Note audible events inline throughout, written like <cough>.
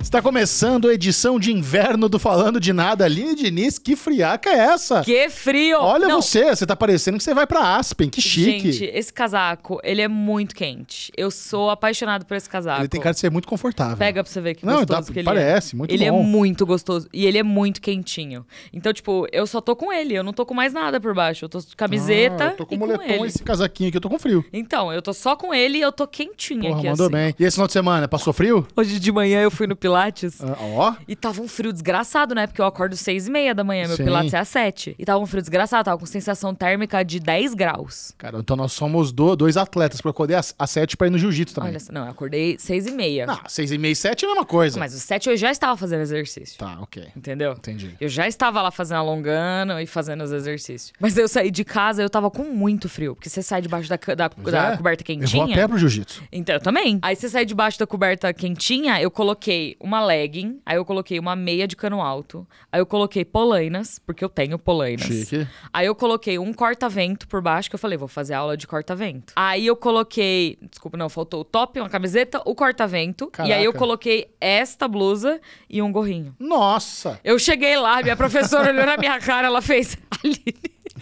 Está começando a edição de inverno do Falando de Nada. Aline Diniz, que friaca é essa? Que frio! Olha Não, você, você tá parecendo que você vai pra Aspen, que chique. Gente, esse casaco, ele é muito quente. Eu sou apaixonado por esse casaco. Ele tem cara de ser muito confortável. Pega pra você ver que Não, gostoso dá- que ele é. parece, muito ele bom. é muito gostoso e ele é muito quentinho. Então, tipo, eu só tô com ele, eu não tô com mais nada por baixo. Eu tô com camiseta Ah, eu tô com e moletom com ele. e esse casaquinho aqui, eu tô com frio. Então, eu tô só com ele e eu tô quentinha Porra, aqui mandou assim. bem. E esse final de semana, passou frio? Hoje de manhã eu fui no Pilates. Ah, ó. E tava um frio desgraçado, né? Porque eu acordo seis e meia da manhã, meu Sim. pilates é às sete. E tava um frio desgraçado, tava com sensação térmica de 10 graus. Cara, então nós somos do- dois atletas. Procurei a, a sete pra ir no jiu-jitsu também. Olha só, não, eu acordei seis e meia. Ah, seis e meia e sete é a mesma coisa. Mas os sete eu já estava fazendo exercício, Tá, ok. entendeu? Entendi. Eu já estava lá fazendo alongando e fazendo os exercícios. Mas eu saí de casa, eu tava com muito frio. Porque você sai debaixo da, ca- da, da é. coberta Eu vou a quentinha. pé pro jiu-jitsu. Então, eu também. Aí você sai debaixo da coberta quentinha, eu coloquei uma legging, aí eu coloquei uma meia de cano alto, aí eu coloquei polainas, porque eu tenho polainas. Chique. Aí eu coloquei um corta-vento por baixo, que eu falei, vou fazer aula de corta-vento. Aí eu coloquei, desculpa, não, faltou o top, uma camiseta, o corta-vento, e aí eu Caraca. coloquei esta blusa e um gorrinho. Nossa! Eu cheguei lá, minha professora <laughs> olhou na minha cara, ela fez, <laughs> Aline,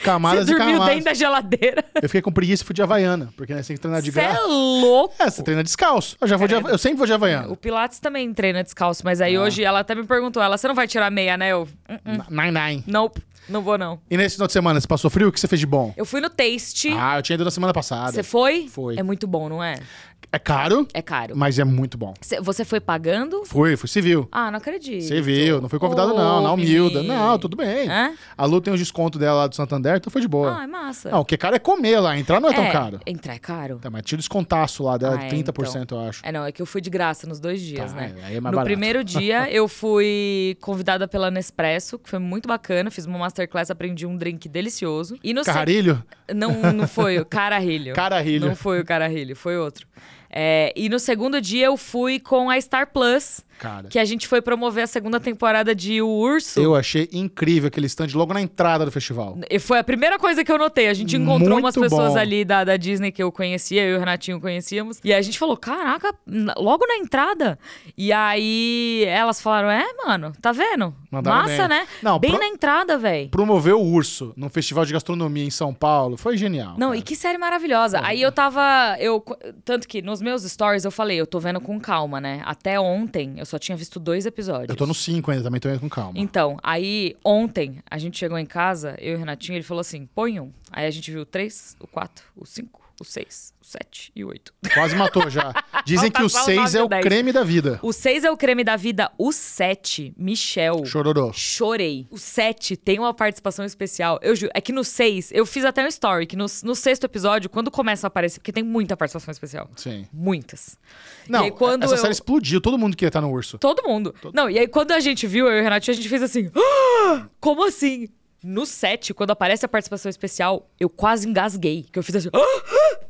Camadas você e dormiu camadas. dentro da geladeira. Eu fiquei com preguiça e fui de Havaiana, porque né, você tem que treinar de Você é graça. louco. É, você treina descalço. Eu, já vou de Hava- eu sempre vou de Havaiana. O Pilates também treina descalço, mas Ah. aí hoje ela até me perguntou, ela, você não vai tirar a meia, né? Eu, "Hum, Nine, nine. nope, não vou não. E nesse final de semana, você passou frio? O que você fez de bom? Eu fui no Taste, Ah, eu tinha ido na semana passada. você foi? Foi. É muito bom, não é? É caro, É caro. mas é muito bom. Cê- Você foi pagando? Foi, fui civil. Ah, não acredito. Você viu, não foi convidado não, Ô, na humilda. menino. Não, tudo bem. Hã? A Lu tem os descontos dela lá do Santander, então foi de boa. Ah, é massa. Não, o que é caro é comer lá, entrar não é, tão caro. Entrar é caro. Tá, mas tinha o descontaço lá dela, Ah, é, 30% eu acho. É, não, é que eu fui de graça nos dois dias, Tá, né? aí é mais no barato. <laughs> primeiro dia, eu fui convidada pela Nespresso, que foi muito bacana. Fiz uma masterclass, aprendi um drink delicioso. E no se- Carrilho? Não, não foi <laughs> o Cararrilho. Cararrilho. Não foi o Cararrilho, foi outro. É, e no segundo dia, eu fui com a Star Plus, Cara, que a gente foi promover a segunda temporada de O Urso. eu achei incrível aquele stand logo na entrada do festival. E Foi a primeira coisa que eu notei. A gente encontrou Muito umas pessoas bom. ali da, da Disney que eu conhecia, eu e o Renatinho conhecíamos. E a gente falou: caraca, na- logo na entrada. E aí elas falaram: é, mano, tá vendo? Mandaram Massa, bem. né? Não, bem pro- na entrada, velho. Promover o urso num festival de gastronomia em São Paulo foi genial. Não, cara. e que série maravilhosa. Aí eu tava. Eu, tanto que nos meus stories eu falei, eu tô vendo com calma, né? Até ontem eu só tinha visto dois episódios. Eu tô no 5 ainda, também tô indo com calma. Então, aí ontem a gente chegou em casa, eu e o Renatinho, ele falou assim: põe um. Aí a gente viu o 3, o 4, o 5, o 6, o 7 e <laughs> o 8. Quase matou <laughs> já. Dizem Falta que o só o 6 é nove e o o dez. creme da vida. O 6 é o creme da vida, o 7, Michel. Chororô. Chorei. O 7 tem uma participação especial. Eu juro, é que no 6, eu fiz até um story, que no, no sexto episódio, quando começa a aparecer, porque tem muita participação especial. Sim. Muitas. Não, e aí, quando essa eu... série explodiu, todo mundo queria estar no urso. Todo mundo. Não, e aí quando a gente viu, eu e o Renatinho, a gente fez assim... "Ah, como assim? No set, quando aparece a participação especial, eu quase engasguei. Que eu fiz assim... "Ah, ah,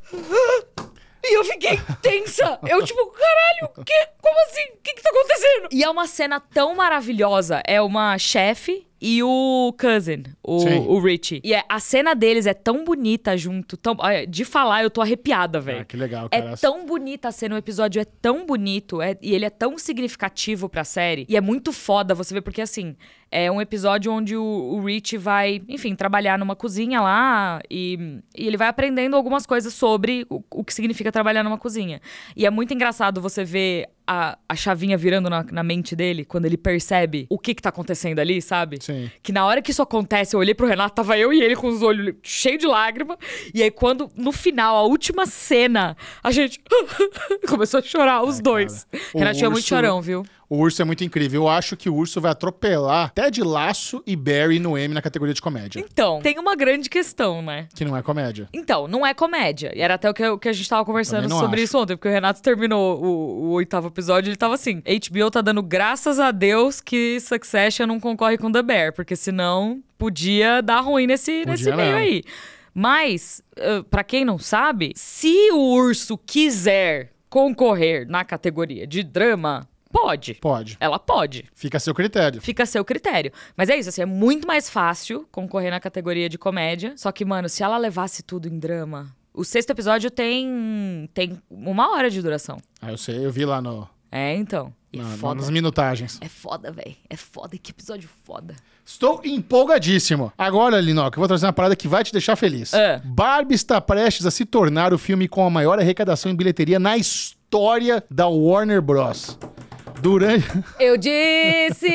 ah", E eu fiquei tensa. Eu, tipo, caralho, o quê? Como assim? O que, que tá acontecendo? E é uma cena tão maravilhosa. É uma chefe e o cousin, o, Sim. o Richie. E é- a cena deles é tão bonita junto. Tão, olha, de falar, eu tô arrepiada, velho. Ah, que legal, cara. É tão bonita a cena, o episódio é tão bonito é- e ele é tão significativo pra série. E é muito foda você ver, porque assim, é um episódio onde o, o Rich vai, enfim, trabalhar numa cozinha lá e, e ele vai aprendendo algumas coisas sobre o, o que significa trabalhar numa cozinha. E é muito engraçado você ver. A, a chavinha virando na, na mente dele quando ele percebe o que que tá acontecendo ali, sabe? Sim. Que na hora que isso acontece, eu olhei pro Renato, tava eu e ele com os olhos cheios de lágrima. E aí, quando, no final, a última cena, a gente <laughs> começou a chorar, os dois. O Renato é muito urso- chorão, viu? O urso é muito incrível. Eu acho que o urso vai atropelar Ted Laço e Barry no M na categoria de comédia. Então, tem uma grande questão, né? Que não é comédia. Então, não é comédia. E era até o que, o que a gente tava conversando Também não sobre acho. isso ontem, porque o Renato terminou o, o oitavo episódio ele tava assim: HBO tá dando graças a Deus que Succession não concorre com The Bear, porque senão podia dar ruim nesse, nesse Podia meio não. aí. Mas, ah, pra quem não sabe, se o urso quiser concorrer na categoria de drama, pode. Pode. Ela pode Fica a seu critério. fica a seu critério. Mas é isso, assim, é muito mais fácil concorrer na categoria de comédia. Só que, mano, se ela levasse tudo em drama. O sexto episódio tem. tem uma hora de duração. Ah, eu sei, eu vi lá no. É, então. E é na- foda. nas minutagens. É foda, velho. É foda. Que episódio foda. Estou empolgadíssimo. Agora, Linoca, eu vou trazer uma parada que vai te deixar feliz. É. Barbie está prestes a se tornar o filme com a maior arrecadação em bilheteria na história da Warner Bros. Durante... <laughs> Eu disse!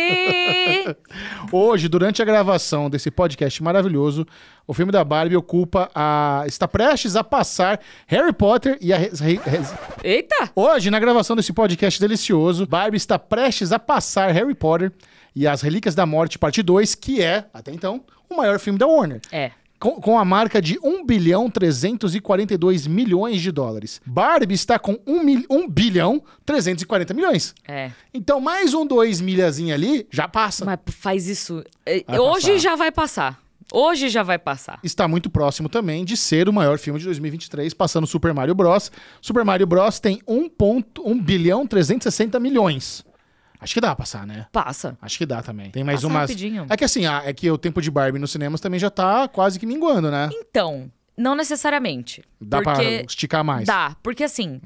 Hoje, durante a gravação desse podcast maravilhoso, o filme da Barbie ocupa a. está prestes a passar Harry Potter e a. re- re- re- <laughs> Eita! Hoje, na gravação desse podcast delicioso, Barbie está prestes a passar Harry Potter e as Relíquias da Morte, parte 2, que é, até então, o maior filme da Warner. É. Com, com a marca de 1 bilhão 342 milhões de dólares. Barbie está com 1, mil, 1 bilhão 340 milhões. É. Então, mais um 2 milhazinho ali, já passa. Mas faz isso. É, Vai Hoje passar. já vai passar. Hoje já vai passar. está muito próximo também de ser o maior filme de 2023, passando Super Mario Bros. Super Mario Bros tem 1.1 bilhão 360 milhões. Acho que dá pra passar, né? Passa. Acho que dá também. Tem mais Passa umas. rapidinho. É que assim, ah, é que o tempo de Barbie nos cinemas também já tá quase que minguando, né? Então, não necessariamente. Dá pra porque... esticar mais. Dá, porque assim,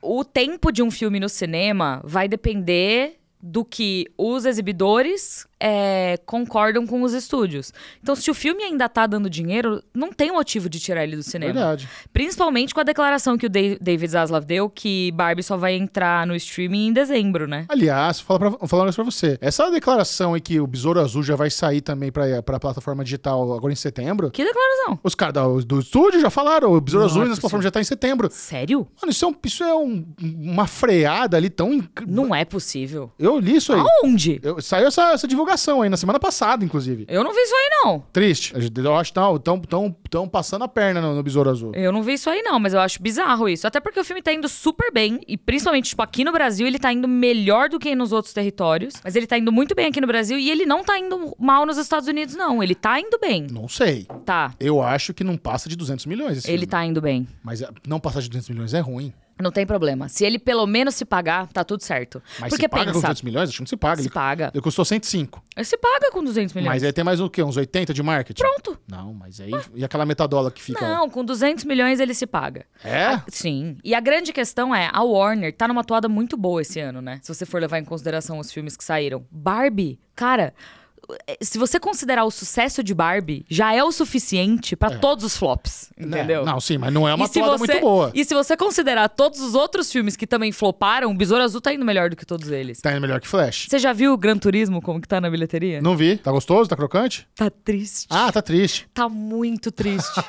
o tempo de um filme no cinema vai depender do que os exibidores é, concordam com os estúdios. Então, se o filme ainda tá dando dinheiro, não tem motivo de tirar ele do cinema. Verdade. Principalmente com a declaração que o Da- David Zaslav deu que Barbie só vai entrar no streaming em dezembro, né? Aliás, vou falar pra, falando isso pra você. Essa declaração aí que o Besouro Azul já vai sair também pra, pra plataforma digital agora em setembro. Que declaração? Os caras da- do estúdio já falaram, o Besouro Não Azul é nas possível. plataformas já tá em setembro. Sério? Mano, isso é, um, isso é um- uma freada ali tão incrível. Não é possível. Eu li isso aí. Aonde? Eu- saiu essa, essa divulgação aí na semana passada, inclusive. Eu não vi isso aí, não. Triste. Eu acho que estão tão, tão passando a perna no, no Besouro Azul. Eu não vi isso aí, não, mas eu acho bizarro isso. Até porque o filme tá indo super bem. E principalmente, tipo, aqui no Brasil, ele tá indo melhor do que nos outros territórios. Mas ele tá indo muito bem aqui no Brasil e ele não tá indo mal nos Estados Unidos, não. Ele tá indo bem. Não sei. Tá. Eu acho que não passa de 200 milhões esse Ele filme. tá indo bem. Mas é, não passar de 200 milhões é ruim. Não tem problema. Se ele pelo menos se pagar, tá tudo certo. Mas porque se paga com pensa. 200 milhões? Acho que não se paga. Se Ele, paga. ele custou 105. Se paga com 200 milhões. Mas aí tem mais o quê? Uns 80 de marketing? Pronto. Não, mas aí... E aquela metadola que fica... lá? Não, com 200 milhões ele se paga. É? Sim. E a grande questão é, a Warner tá numa toada muito boa esse ano, né? Se você for levar em consideração os filmes que saíram. Barbie, cara, eh, se você considerar o sucesso de Barbie, já é o suficiente pra todos os flops, entendeu? É, Não, sim, mas não é uma E se toada você- muito boa. E se você considerar todos os outros filmes que também floparam, o Besouro Azul tá indo melhor do que todos eles. Tá indo melhor que Flash. Você já viu o Gran Turismo como que tá na bilheteria? Não vi. Tá gostoso? Tá crocante? Tá triste. Ah, tá triste. Tá muito triste.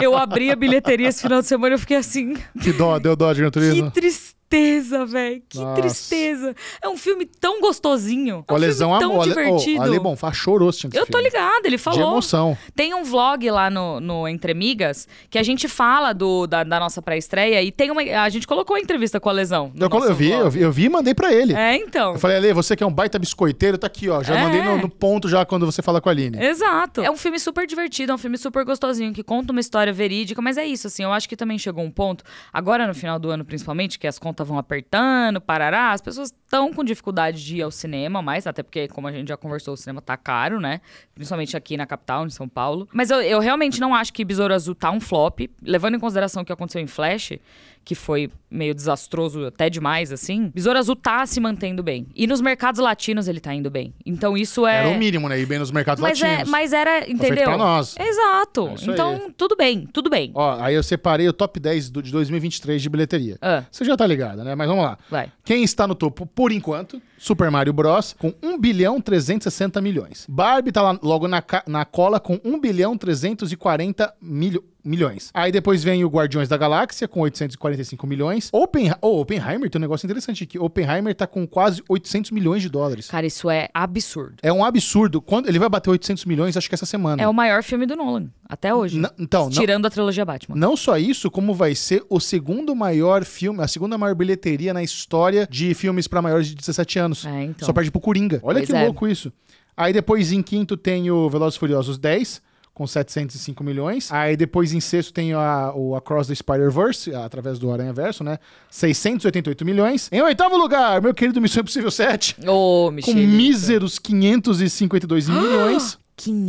eu abri a bilheteria esse final de semana e eu fiquei assim, Que dó, deu dó de Gran Que Turismo. tristeza, velho. Que Nossa. tristeza. É um filme tão gostosinho. É Com um a lesão filme tão amor. divertido. Oh, Ale Bonfá chorou assistindo eu esse tô filme. ligada, ele De falou. emoção. Tem um vlog lá no, no Entre Migas que a gente fala do, da, da nossa pré-estreia e tem uma. A gente colocou a entrevista com a lesão. no Eu, colo- nosso eu vi, vlog. eu vi, eu vi e mandei pra ele. É, então. Eu falei, Ale, você que é um baita biscoiteiro, tá aqui, ó. Já É. mandei no, no ponto já quando você fala com a Aline. Exato. É um filme super divertido, é um filme super gostosinho, que conta uma história verídica, mas é isso, assim, eu acho que também chegou um ponto, agora no final do ano principalmente, que as contas vão apertando, parará, as pessoas estão com dificuldade de ir ao cinema, mas até porque, como a gente já conversou, o cinema tá caro, né? Principalmente aqui na capital, em São Paulo. Mas eu, eu realmente não acho que Besouro Azul tá um flop, levando em consideração o que aconteceu em Flash, que foi meio desastroso até demais, assim. Besouro Azul tá se mantendo bem. E nos mercados latinos ele tá indo bem. Então isso é... Era o mínimo, né? Ir bem nos mercados Mas, é, latinos. mas era, entendeu? feito pra nós. Exato. É isso então, tudo bem, tudo bem. Ó, aí eu separei o top 10 do, de 2023 de bilheteria. Ah, Você já tá ligado, né? Mas vamos lá. vai. Quem está no topo por enquanto? Super Mario Bros. com 1 bilhão 360 milhões. Barbie tá lá logo na, ca- na cola com 1 bilhão 340 milho- milhões. Aí depois vem o Guardiões da Galáxia com 845 milhões. Open, oh, Oppenheimer tem um negócio interessante aqui. Oppenheimer tá com quase 800 milhões de dólares. Cara, isso é absurdo. É um absurdo. Quando ele vai bater 800 milhões, acho que essa semana. É o maior filme do Nolan, até hoje. N- então, não, Tirando a trilogia Batman. não só isso, como vai ser o segundo maior filme, a segunda maior bilheteria na história de filmes para maiores de 17 anos. É, então. Só perde pro Coringa. Olha Pois que é. louco isso. Aí depois em quinto tem o Velozes e Furiosos 10, com 705 milhões. Aí depois em sexto tem a- o Across the Spider-Verse, através do Aranha Verso, né? 688 milhões. Em oitavo lugar, meu querido Missão Impossível 7, Ô, com Michele. míseros 552 Ah! milhões.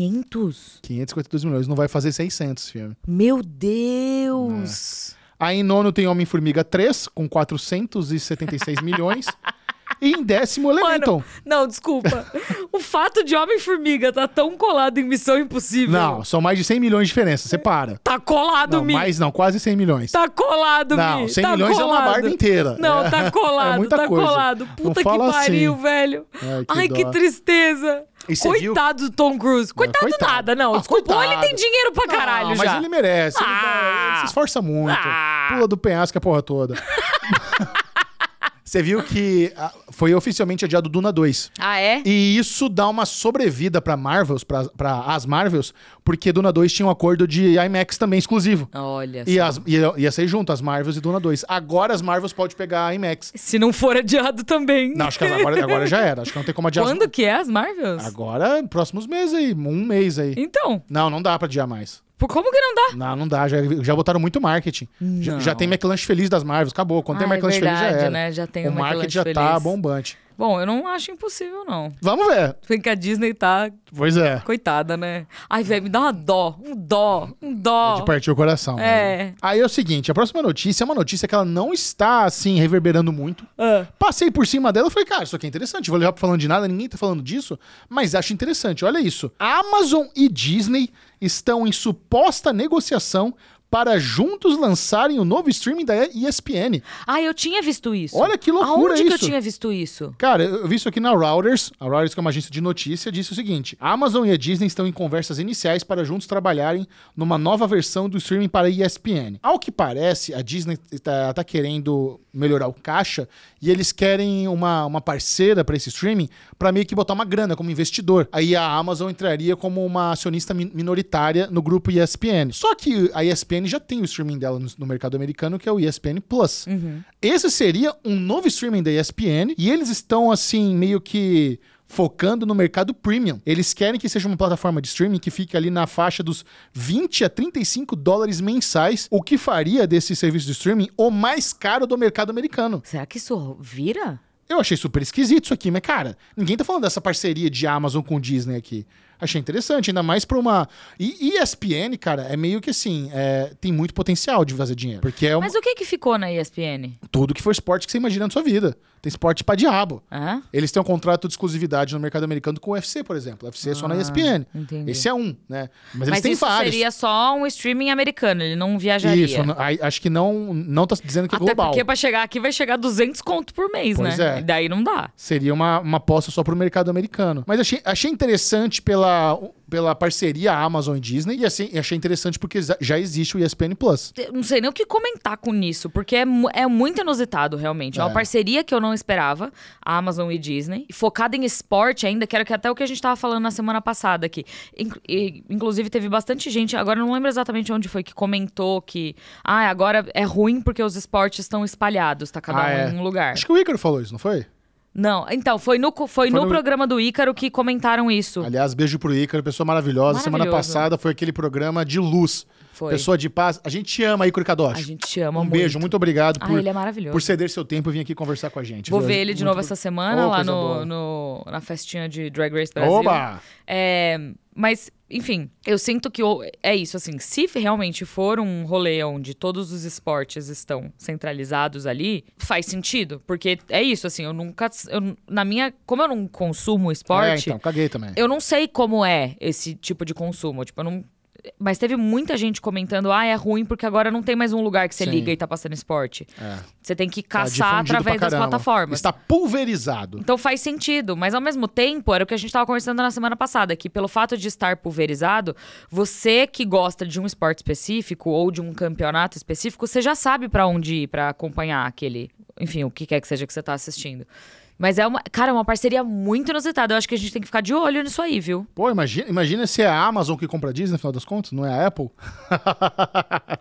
500? 552 milhões, não vai fazer 600 esse filme. Meu Deus! <laughs> Aí em nono tem Homem-Formiga 3, com 476 milhões. E em décimo, Elemental. Mano, <laughs> não, desculpa. o fato de Homem-Formiga tá tão colado em Missão Impossível. Não, são mais de 100 milhões de diferença. Você para. Tá colado, Não, Mi. mais não, quase 100 milhões. Tá colado, Não, Mi. 100 tá milhões é colado. uma barba inteira. Não, É. <laughs> tá colado, É muita tá coisa. colado. Não Puta que fala assim. pariu, velho. Ai, que Ai, que, dó. tristeza. E você viu- Coitado do Tom Cruise. Coitado, coitado. nada, não. Ah, Desculpa, ou ele coitado. tem dinheiro pra caralho Ah, já. Mas ele merece. ele Ah. dá- ele se esforça muito. Ah. Pula do penhasco a porra <laughs> toda. Você viu que ah, foi oficialmente adiado Duna 2. Ah, é? E isso dá uma sobrevida pra Marvels, pra, pra as Marvels, porque Duna 2 tinha um acordo de IMAX também exclusivo. Olha E só. as, ia, ia ser junto, as Marvels e Duna 2. Agora as Marvels pode pegar a IMAX. Se não for adiado também. Não, acho que agora, agora já era. Acho que não tem como adiar. as- Quando que é as Marvels? Agora, próximos meses aí, um mês aí. Então, Não, não dá pra adiar mais. por- como que não dá? Não, não dá. Já, já botaram muito marketing. Já, Não. já tem McLanche feliz das Marvels. Acabou. Quando tem Ah, é McLanche feliz, já verdade, era. né? Já tem o o marketing já McLanche tá feliz. bombante. Bom, eu não acho impossível, não. Vamos ver. Porque a Disney tá Pois é. coitada, né? Ai, velho, me dá uma dó. Um dó. Um dó. De partir o coração. É. né? Aí é o seguinte, a próxima notícia é uma notícia que ela não está, assim, reverberando muito. Ah. Passei por cima dela e falei, cara, isso aqui é interessante. Vou levar pra falando de nada, ninguém tá falando disso, mas acho interessante. Olha isso. Amazon e Disney estão em suposta negociação para juntos lançarem o novo streaming da ESPN. Ai, eu tinha visto isso. Olha que loucura Aonde que eu isso. tinha visto isso? Cara, eu eu vi isso aqui na Routers. A Routers, que é uma agência de notícia, disse o seguinte: a Amazon e a Disney estão em conversas iniciais para juntos trabalharem numa nova versão do streaming para a ESPN. Ao que parece, a Disney está querendo melhorar o caixa e eles querem uma, uma parceira para esse streaming para meio que botar uma grana como investidor. Aí a Amazon entraria como uma acionista min- minoritária no grupo ESPN. Só que a ESPN já tem o streaming dela no, no mercado americano, que é o ESPN Plus. Esse seria um novo streaming da ESPN e eles estão assim meio que focando no mercado premium. Eles querem que seja uma plataforma de streaming que fique ali na faixa dos 20 a 35 dólares mensais, o que faria desse serviço de streaming o mais caro do mercado americano. Será que isso vira? Eu achei super esquisito isso aqui, mas cara, ninguém tá falando dessa parceria de Amazon com Disney aqui. Achei interessante, ainda mais pra uma. E ESPN, cara, é meio que assim, é, tem muito potencial de fazer dinheiro. Porque é um- Mas o que que ficou na ESPN? tudo que for esporte que você imagina na sua vida. Tem esporte pra diabo. Hã? Eles têm um contrato de exclusividade no mercado americano com o UFC, por exemplo. O UFC é só na Ah, ESPN. entendi. Esse é um, né? Mas, eles Mas têm isso vários. seria só um streaming americano, ele não viajaria. Isso, n- ai- acho que não, não tá dizendo que é Até global. porque pra chegar aqui vai chegar 200 conto por mês, Pois né? é. E daí não dá. Seria uma, uma aposta só pro mercado americano. Mas achei, achei interessante pela, pela parceria Amazon e Disney. E assim, achei interessante porque já- já existe o ESPN Plus. Eu não sei nem o que comentar com isso, porque é, mu- é muito inusitado, realmente. É. uma É. parceria que eu não esperava, a Amazon e Disney. E Focada em esporte ainda, que era que até o que a gente tava falando na semana passada aqui. Inc- e, inclusive, teve bastante gente, agora eu não lembro exatamente onde foi, que comentou que... Ah, agora é ruim porque os esportes estão espalhados, tá cada Ah, um é. em um lugar. Acho que o Ícaro falou isso, não foi? Não, então, foi no, co- foi Foi no no- programa do Ícaro que comentaram isso. Aliás, beijo pro Ícaro, pessoa maravilhosa. Semana Maravilhoso. passada foi aquele programa de luz. Foi. Pessoa de paz. A gente ama Ícaro Kadosh. A gente te ama um muito. beijo, muito obrigado Ah, por, ele é maravilhoso. por ceder seu tempo e vir aqui conversar com a gente. Vou viu? ver ele de Muito novo br- essa semana Oh, lá coisa no, boa. no- na festinha de Drag Race Brasil. Oba! É, mas, enfim, eu sinto que o- é isso, assim, se realmente for um rolê onde todos os esportes estão centralizados ali, faz sentido. Porque é isso, assim, eu nunca. eu- na minha. Como eu não consumo É, esporte, então, caguei também. eu não sei como é esse tipo de consumo. Tipo, eu não. Mas teve muita gente comentando, ah, é ruim porque agora não tem mais um lugar que você Sim. liga e tá passando esporte. É. Você tem que Tá caçar difundido através pra das caramba. plataformas. Está pulverizado. Então faz sentido, mas ao mesmo tempo, era o que a gente estava conversando na semana passada, que pelo fato de estar pulverizado, você que gosta de um esporte específico ou de um campeonato específico, você já sabe pra onde ir pra acompanhar aquele, enfim, o que quer que seja que você tá assistindo. Mas é uma, cara, é uma parceria muito inusitada. Eu acho que a gente tem que ficar de olho nisso aí, viu? Pô, imagina, imagina se é a Amazon que compra a Disney, no final das contas, não é a Apple?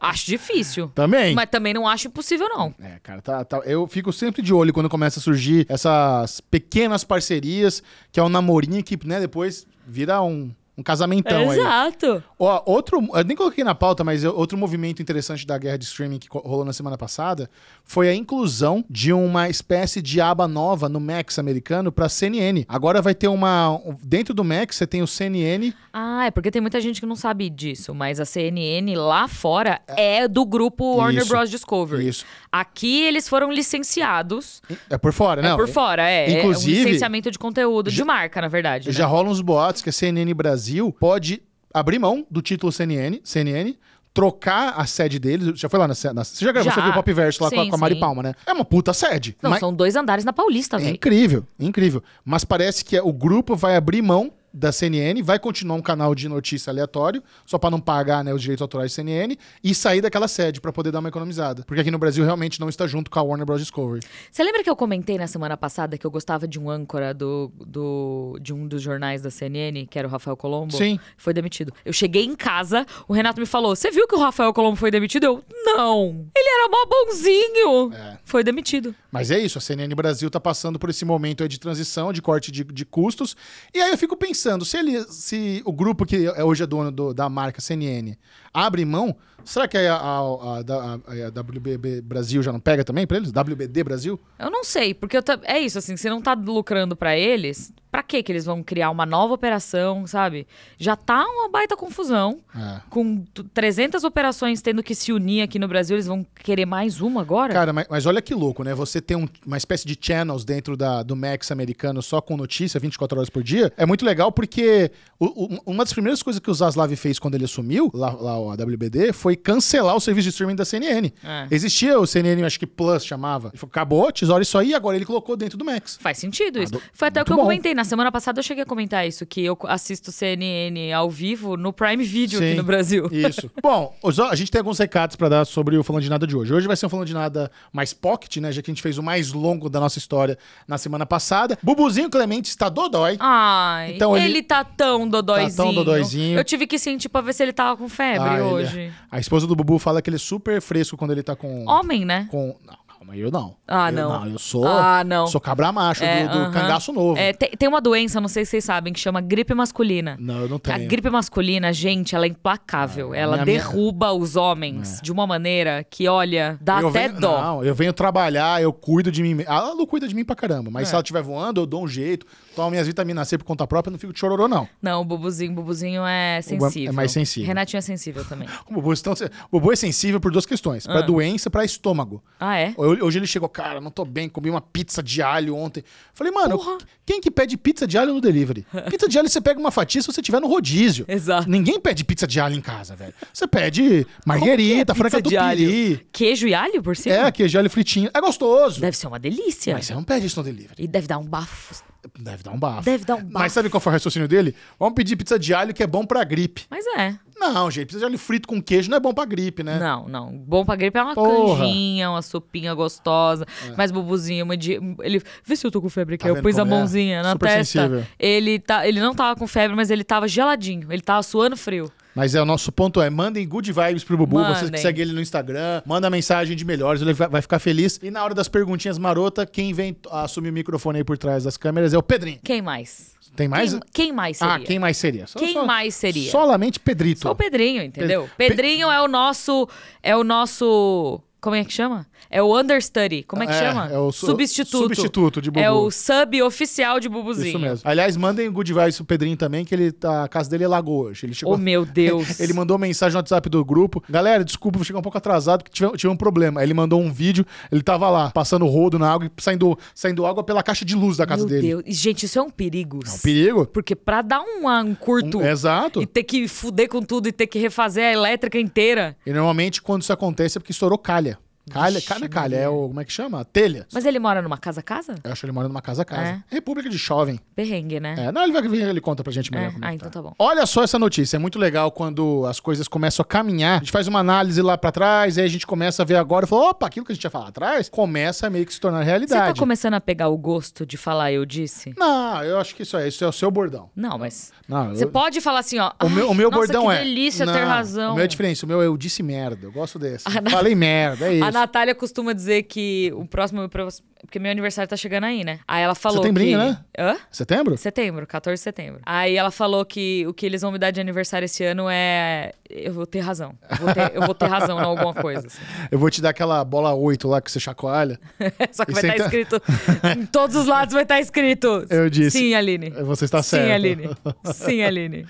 Acho difícil. Também. Mas também não acho impossível, não. É, cara, tá, tá- eu fico sempre de olho quando começa a surgir essas pequenas parcerias, que é um namorinho que, né, depois vira um, um Um casamentão aí. Exato. Ó, outro. Eu nem coloquei na pauta, mas eu- outro movimento interessante da guerra de streaming que co- rolou na semana passada foi a inclusão de uma espécie de aba nova no Max americano pra CNN. Agora vai ter uma. um- Dentro do Max você tem o CNN. Ah, é porque tem muita gente que não sabe disso, mas a CNN lá fora é, do grupo Warner Isso. Bros. Discovery. Isso. Aqui eles foram licenciados É por fora, não? por fora, é. inclusive- é um licenciamento de conteúdo, de marca, na verdade. né? Já rolam uns boatos que a CNN Brasil pode abrir mão do título CNN, CNN trocar a sede deles. Já foi lá na. na você já gravou, Já. você viu o Pop Verso lá com, a, Sim, com a Mari sim. Palma, né? É uma puta sede. Não, mas- são dois andares na Paulista, É velho. incrível, incrível. Mas parece que é, o grupo vai abrir mão da CNN, vai continuar um canal de notícia aleatório, só pra não pagar né, os direitos autorais da CNN, e sair daquela sede pra poder dar uma economizada. Porque aqui no Brasil realmente não está junto com a Warner Bros. Discovery. Você lembra que eu comentei na semana passada que eu gostava de um âncora do, do, de um dos jornais da CNN, que era o Rafael Colombo? Sim. Foi demitido. Eu cheguei em casa, o Renato me falou: Você viu que o Rafael Colombo foi demitido? Eu, não. Ele era mó bonzinho. Foi demitido. Mas é isso, a CNN Brasil tá passando por esse momento aí de transição, de corte de, de custos. E aí eu fico pensando, se ele, se o grupo que é- hoje é dono do- da marca CNN abre mão, será que a, a- a- da- a- a WBB Brasil já não pega também pra eles? WBD Brasil? Eu não sei, porque eu ta- é isso, assim, se não tá lucrando pra eles, pra que que eles vão criar uma nova operação, sabe? Já tá uma baita confusão. É. Com t- 300 operações tendo que se unir aqui no Brasil, eles vão querer mais uma agora? Cara, mas, mas olha que louco, né? Você ter um- uma espécie de channels dentro da- do Max americano só com notícia 24 horas por dia é muito legal porque o- o- uma das primeiras coisas que o Zaslav fez quando ele assumiu lá, lá a WBD foi cancelar o serviço de streaming da CNN. É. Existia o CNN, acho que Plus chamava. Ele falou, acabou, tesoura isso aí, agora ele colocou dentro do Max. Faz sentido isso. ah, do- Foi até o muito que eu bom. comentei. Na semana passada eu cheguei a comentar isso, que eu assisto CNN ao vivo no Prime Video aqui Sim. no Brasil. Isso. Bom, os- ó, a gente tem alguns recados pra dar sobre o Falando de Nada de hoje. Hoje vai ser um Falando de Nada mais pocket, né? Já que a gente fez o mais longo da nossa história na semana passada. Bubuzinho Clemente está dodói. Ai, Então ele- ele... tá tão dodóizinho. Tá tão dodóizinho. Eu tive que sentir pra ver se ele tava com febre Ah, ele- hoje. A esposa do Bubu fala que ele é super fresco quando ele tá com. Homem, né? com não, calma, eu não. Ah, eu não. eu sou. Ah, não. Sou cabra macho É, do, do aham. cangaço novo. É, te- tem, uma doença, não sei se vocês sabem, que chama gripe masculina. Não, eu não A tenho. Ah, gripe masculina, gente, ela é implacável. ela minha- É. derruba os homens de uma maneira que, olha, dá eu até venho, dó. Não, eu venho trabalhar, eu cuido de mim. me- A Lu cuida de mim pra caramba, É. mas se ela estiver voando, eu dou um jeito, tomo minhas vitaminas C por conta própria, eu não fico de chororô, não. Não, o Bubuzinho, o Bubuzinho é sensível. é mais sensível. Renatinho é sensível também. O Bubu, então, o Bubu é sensível por duas questões: pra doença e pra estômago. Ah, <laughs> é? Hoje hoje ele chegou, cara, não tô bem, comi uma pizza de alho ontem. Falei, mano, Porra. quem que pede pizza de alho no <laughs> delivery? Pizza de alho você pega uma fatia se você tiver no rodízio. Exato. Ninguém pede pizza de alho em casa, velho. Você pede marguerita, Qual que franca é pizza de tupiri. Queijo e alho por cima? É, queijo de alho fritinho. É gostoso. Deve ser uma delícia. Mas é. você não pede isso no delivery. E deve dar um bafo. Deve dar um bafo. Deve dar um Mas bafo. sabe qual foi o raciocínio dele? Vamos pedir pizza de alho que é bom pra gripe. Mas é. Não, gente, pizza de alho frito com queijo não é bom pra gripe, né? Não, não. Bom pra gripe é uma Porra. É. canjinha, uma sopinha gostosa. Mas bubuzinho, uma de- ele. Vê se eu tô com febre aqui. Tá eu vendo pus a como é? mãozinha na Super testa. sensível. Ele, tá, ele não tava com febre, mas ele tava geladinho. Ele tava suando frio. Mas é, o nosso ponto é, mandem good vibes pro Bubu, Mandem. vocês que seguem ele no Instagram, manda mensagem de melhores, ele vai vai ficar feliz. E na hora das perguntinhas marota, quem vem t- assumir o microfone aí por trás das câmeras é o Pedrinho. Quem mais? Tem mais? Quem, quem mais seria? ah, quem mais seria? Só- Quem só- mais seria? Solamente Pedrito. Só o Pedrinho, entendeu? Pe- Pedrinho é o nosso. É o nosso. Como é que chama? É o understudy. Como é que É, chama? é o su- substituto. substituto de Bubu. É o sub oficial de Bubuzinho. Isso mesmo. Aliás, mandem good vibes pro Pedrinho também, que ele tá, a casa dele é lagoa hoje. Ele chegou... <laughs> Oh, meu Deus. Ele mandou mensagem no WhatsApp do grupo. Galera, desculpa, vou chegar um pouco atrasado, que tive, tive um problema. Aí ele mandou um vídeo, ele tava lá, passando rodo na água e saindo, saindo água pela caixa de luz da casa Meu dele. Deus. E, Gente, isso é um perigo. É um perigo. Porque pra dar um, um curto Um- exato. e E... ter que fuder com tudo e ter que refazer a elétrica inteira. normalmente quando isso acontece é porque estourou calha. Calha, Vixe, calha, calha. É o, como é que chama? Telha. Mas É. ele mora numa casa-casa? Eu acho que ele mora numa casa a casa. República de Jovem. Perrengue, né? É, não, ele vai vir, ele conta pra gente melhor. como é Ah, então tá bom. Olha só essa notícia, é muito legal quando as coisas começam a caminhar. A gente faz uma análise lá pra trás, aí a gente começa a ver agora e fala: opa, aquilo que a gente ia falar atrás começa a meio que se tornar Você tá realidade. começando a pegar o gosto de falar eu disse? Não, eu acho que isso é, isso é o seu bordão. Não, mas. Não, Você eu- pode falar assim, ó. o meu, o meu "Ai, nossa, bordão que é. delícia ter Não, razão. O meu é diferente, o meu é eu <laughs> disse merda, eu gosto desse. Falei merda, é isso. A Natália costuma dizer que o próximo Porque meu aniversário tá chegando aí, né? Aí ela falou. Setembrinho, que... né? Hã? Setembro? Setembro, 14 de setembro. Aí ela falou que o que eles vão me dar de aniversário esse ano é. Eu vou ter razão. Eu vou ter, eu vou ter razão em alguma coisa. assim. Eu vou te dar aquela bola 8 lá que você chacoalha. <laughs> Só que E vai sem tá- estar escrito. em todos os lados vai estar escrito. <laughs> Eu disse. Sim, Aline. Você está Sim, certo. Aline. <laughs> Sim, Aline.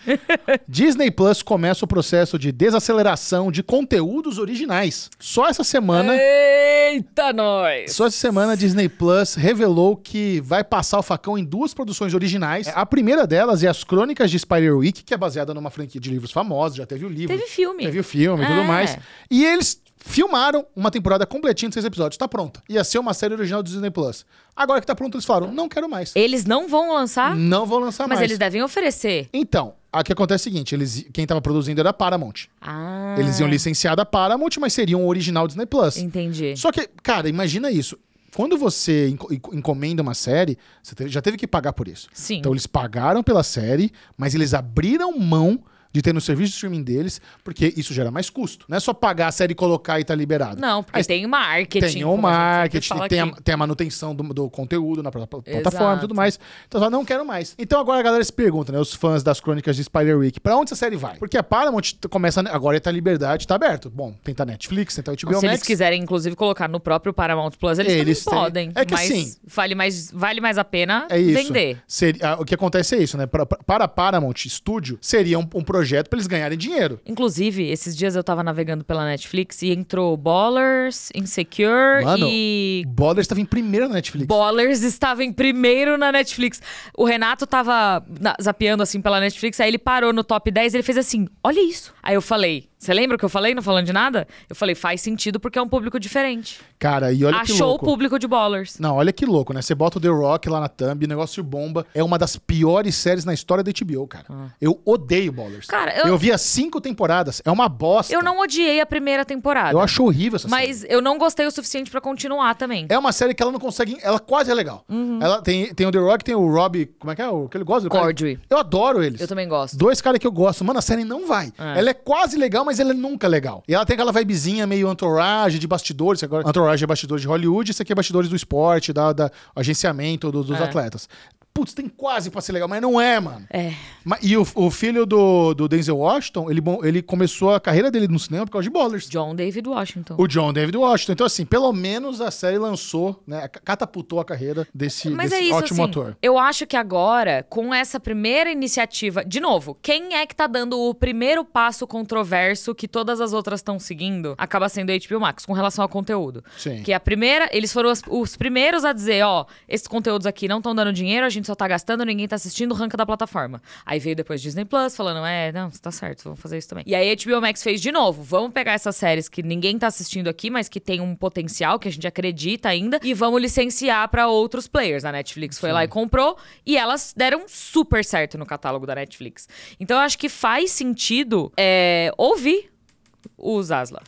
Disney Plus começa o processo de desaceleração de conteúdos originais. Só essa semana. É Eita, nós! Só essa semana, a Disney Plus revelou que vai passar o facão em duas produções originais. A primeira delas é As Crônicas de Spider-Week, que é baseada numa franquia de livros famosos, já teve o livro, Teve filme. teve o filme e tudo É. mais. E eles filmaram uma temporada completinha de seis episódios, tá pronta. Ia ser uma série original do Disney Plus. Agora que tá pronto, eles falaram, não quero mais. Eles não vão lançar, Não vou lançar É. mas mais. eles devem oferecer. Então, o que acontece é o seguinte, eles, quem tava produzindo era a Paramount. Ah. Eles iam licenciar da Paramount, mas seria um original Disney Plus. Entendi. Só que, cara, imagina isso. Quando você enco- enco- encomenda uma série, você teve- já teve que pagar por isso. Sim. Então eles pagaram pela série, mas eles abriram mão de ter no serviço de streaming deles, porque isso gera mais custo. Não é só pagar a série e colocar e tá liberado. Não, porque Aí tem o marketing. tem o como a gente sempre marketing, fala tem a, aqui. tem a manutenção do, do conteúdo na pla- pla- Exato. plataforma e tudo mais. Então eu não quero mais. Então agora a galera se pergunta, né? Os fãs das crônicas de Spider-Week, pra onde essa série vai? Porque a Paramount t- começa. Agora tá liberdade, tá aberto. Bom, tenta Netflix, tenta HBO Se eles Max. quiserem, inclusive, colocar no próprio Paramount Plus, eles, Eles têm- também podem. É que mas assim- vale mais, vale mais a pena É isso. vender. Seria- ah, o que acontece é isso, né? Pra- pra- Para a Paramount Studio, seria um, um projeto pra eles ganharem dinheiro. Inclusive, esses dias eu tava navegando pela Netflix e entrou Ballers, Insecure Mano, e. O Ballers estava em primeiro na Netflix. Ballers estava em primeiro na Netflix. O Renato tava na- zapeando assim pela Netflix, aí ele parou no top 10 ele fez assim: olha isso. Aí eu falei: você lembra o que eu falei, não falando de nada? Eu falei: faz sentido porque é um público diferente. Cara, e olha que Achou o louco. público de Ballers. Não, olha que louco, né? Você bota o The Rock lá na thumb, o negócio bomba. É uma das piores séries na história da HBO, cara. Eu odeio Ballers. Ah. Cara, eu- vi as cinco temporadas. É uma bosta. Eu não odiei a primeira temporada. Eu acho horrível essa série. Mas eu não gostei o suficiente pra continuar também. É uma série que ela não consegue. Ela quase é legal. Uhum. Ela tem, tem o The Rock, tem o Rob. Como é que é? O que ele gosta? Corddry. Eu adoro eles. Eu também gosto. Dois caras que eu gosto. Mano, a série não vai. Ela é quase legal, mas ela é nunca legal. E ela tem aquela vibezinha meio entourage de bastidores. Agora, entourage é bastidores de Hollywood, isso aqui é bastidores do esporte, da, da agenciamento do- dos atletas. Putz, tem quase pra ser legal, mas não é, mano. É. Ma- E o, o filho do, do Denzel Washington, ele, bom- ele começou a carreira dele no cinema por causa de Ballers. John David Washington. O John David Washington. Então, assim, pelo menos a série lançou, né? ca- Catapultou a carreira desse, Mas desse é isso, ótimo assim, ator. eu acho que agora, com essa primeira iniciativa... De novo, quem é que tá dando o primeiro passo controverso que todas as outras estão seguindo? Acaba sendo a HBO Max, com relação ao conteúdo. Sim. Que a primeira... Eles foram as- os primeiros a dizer, ó... Esses conteúdos aqui não estão dando dinheiro, a gente só tá gastando, ninguém tá assistindo, ranca da plataforma. Aí veio depois Disney Plus, falando, é, não, tá certo, vamos fazer isso também. E aí a HBO Max fez de novo, vamos pegar essas séries que ninguém tá assistindo aqui, mas que tem um potencial, que a gente acredita ainda, e vamos licenciar pra outros players. A Netflix foi lá e comprou, e elas deram super certo no catálogo da Netflix. Então eu acho que faz sentido é, ouvir o Zasla.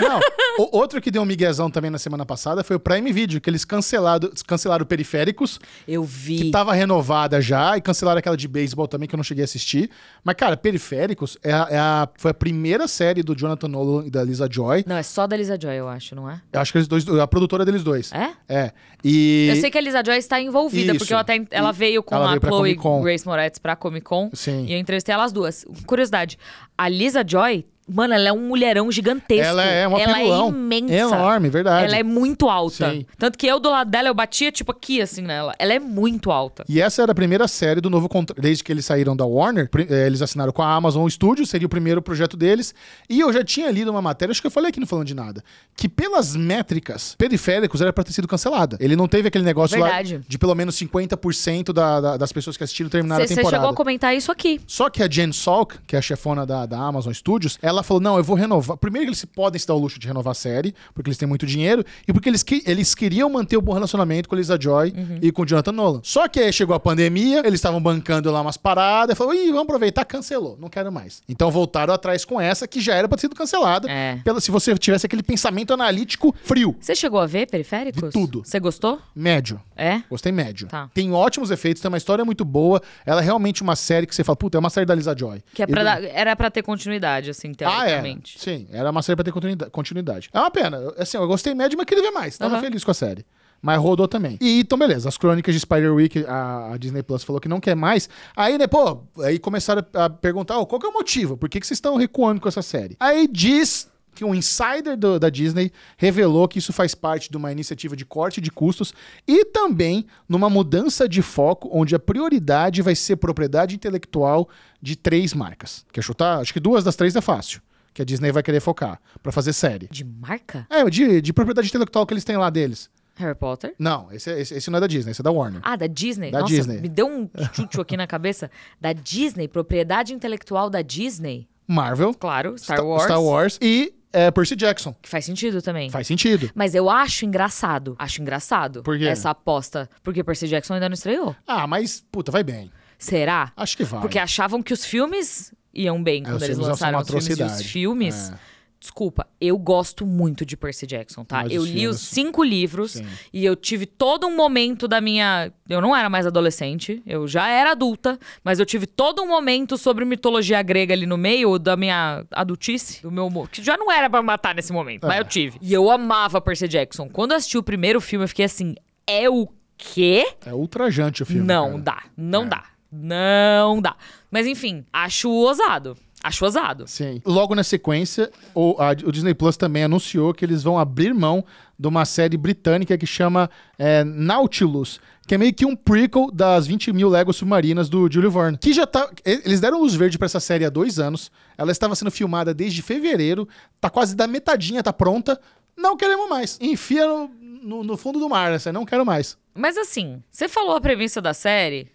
Não, o- outro que deu um miguezão também na semana passada foi o Prime Video, que eles cancelado, cancelaram periféricos, Eu que tá vi. tava renovada já, e cancelaram aquela de beisebol também, que eu não cheguei a assistir. Mas, cara, Periféricos é a, é a- foi a primeira série do Jonathan Nolan e da Lisa Joy. Não, é só da Lisa Joy, eu acho, não é? Eu acho que eles dois, a produtora deles dois. É? É. E. Eu sei que a Lisa Joy está envolvida, Isso. porque eu até, ela E- veio com ela a veio pra Comic Con. Chloe Grace Moretz pra Comic Con. Sim. E eu entrevistei elas duas. Curiosidade, a Lisa Joy, mano, ela é um mulherão gigantesco. Ela é uma Ela pilulão. é imensa. Enorme, verdade. Ela é muito alta. Sim. Tanto que eu do lado dela, eu batia tipo aqui, assim, nela. Ela é muito alta. E essa era a primeira série do novo contrato. Desde que eles saíram da Warner, pri- eh, eles assinaram com a Amazon Studios, seria o primeiro projeto deles. E eu já tinha lido uma matéria, acho que eu falei aqui no Falando de Nada, que pelas métricas, periféricos era pra ter sido cancelada. Ele não teve aquele negócio lá Verdade. de pelo menos 50% da- da- das pessoas que assistiram terminaram a Você temporada. chegou a comentar isso aqui. Só que a Jen Salk, que é a chefona da, da Amazon Studios, ela falou: não, eu vou renovar. Primeiro, que eles se podem se dar o luxo de renovar a série, porque eles têm muito dinheiro, e porque eles, que- eles queriam manter o bom relacionamento com a Lisa Joy Uhum. e com o Jonathan Nolan. Só que aí chegou a pandemia, eles estavam bancando lá umas paradas, e falou: ih, vamos aproveitar, cancelou, não quero mais. Então voltaram atrás com essa, que já era pra ter sido cancelada, É. pela, se você tivesse aquele pensamento analítico frio, Você chegou a ver Periféricos? Vi tudo. Você gostou? médio. É? Gostei médio. Tá. Tem ótimos efeitos, tem uma história muito boa. Ela é realmente uma série que você fala, puta, é uma série da Lisa Joy. Que é pra dar- era pra ter continuidade, assim, teoricamente. Ah, é. Sim, era uma série pra ter continuida- continuidade. É uma pena. Eu- Assim, eu gostei médio, mas queria ver mais. Tava Aham. feliz com a série. Mas rodou também. E então, beleza. As crônicas de Spider-Week, a, a Disney Plus falou que não quer mais. Aí, né, pô, aí começaram a perguntar: "Ô, qual que é o motivo? Por que, que vocês estão recuando com essa série? Aí diz que um insider do- da Disney revelou que isso faz parte de uma iniciativa de corte de custos e também numa mudança de foco, onde a prioridade vai ser propriedade intelectual de três marcas. Quer chutar? Acho que duas das três é fácil. Que a Disney vai querer focar pra fazer série. De marca? É, de, de propriedade intelectual que eles têm lá deles. Harry Potter? Não, esse, esse, esse não é da Disney, esse é da Warner. Ah, da Disney? Da Nossa, Disney. me deu um chute aqui na cabeça. Da Disney, propriedade intelectual da Disney. Marvel, Claro, Star Sta- Wars. Star Wars e é, Percy Jackson. Que faz sentido também. Faz sentido. Mas eu acho engraçado. Acho engraçado. Por quê? Essa aposta. Porque Percy Jackson ainda não estreou. Ah, mas, puta, vai bem. Será? Acho que vai. Porque achavam que os filmes iam bem quando É, os eles filmes são lançaram uma os filmes. E os atrocidade. filmes. É. Desculpa, eu gosto muito de Percy Jackson, tá? Mas eu os li filmes- os cinco livros Sim. e eu tive todo um momento da minha. Eu não era mais adolescente, eu já era adulta, mas eu tive todo um momento sobre mitologia grega ali no meio da minha adultice, do meu humor, que já não era pra matar nesse momento, mas É. eu tive. E eu amava Percy Jackson. Quando eu assisti o primeiro filme, eu fiquei assim: é o quê? É ultrajante o filme. não cara. É. dá, não dá, não dá. Mas enfim, acho ousado. Acho ousado. Sim. Logo na sequência, o, a- o Disney Plus também anunciou que eles vão abrir mão de uma série britânica que chama é, Nautilus, que é meio que um prequel das 20 mil Legos Submarinas do Júlio Verne. Que já tá. e- Eles deram luz verde pra essa série há dois anos. Ela estava sendo filmada desde fevereiro, tá quase da metadinha, tá pronta. Não queremos mais. Enfia no, no- no fundo do mar, né? Você não quero mais. Mas assim, você falou a premissa da série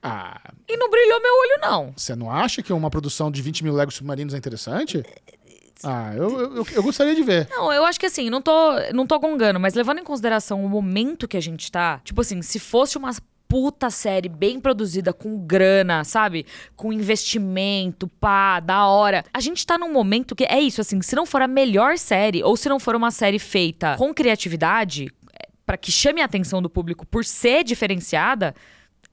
Ah, e não brilhou meu olho, não. você não acha que uma produção de 20 mil Legos Submarinos é interessante? Ah, eu- eu- eu, eu gostaria de ver. Não, eu acho que assim, não tô, não tô gongando, mas levando em consideração o momento que a gente tá, tipo assim, se fosse uma puta série bem produzida, com grana, sabe? Com investimento, pá, da hora. A gente tá num momento que é isso, assim, se não for a melhor série, ou se não for uma série feita com criatividade, é, pra que chame a atenção do público por ser diferenciada,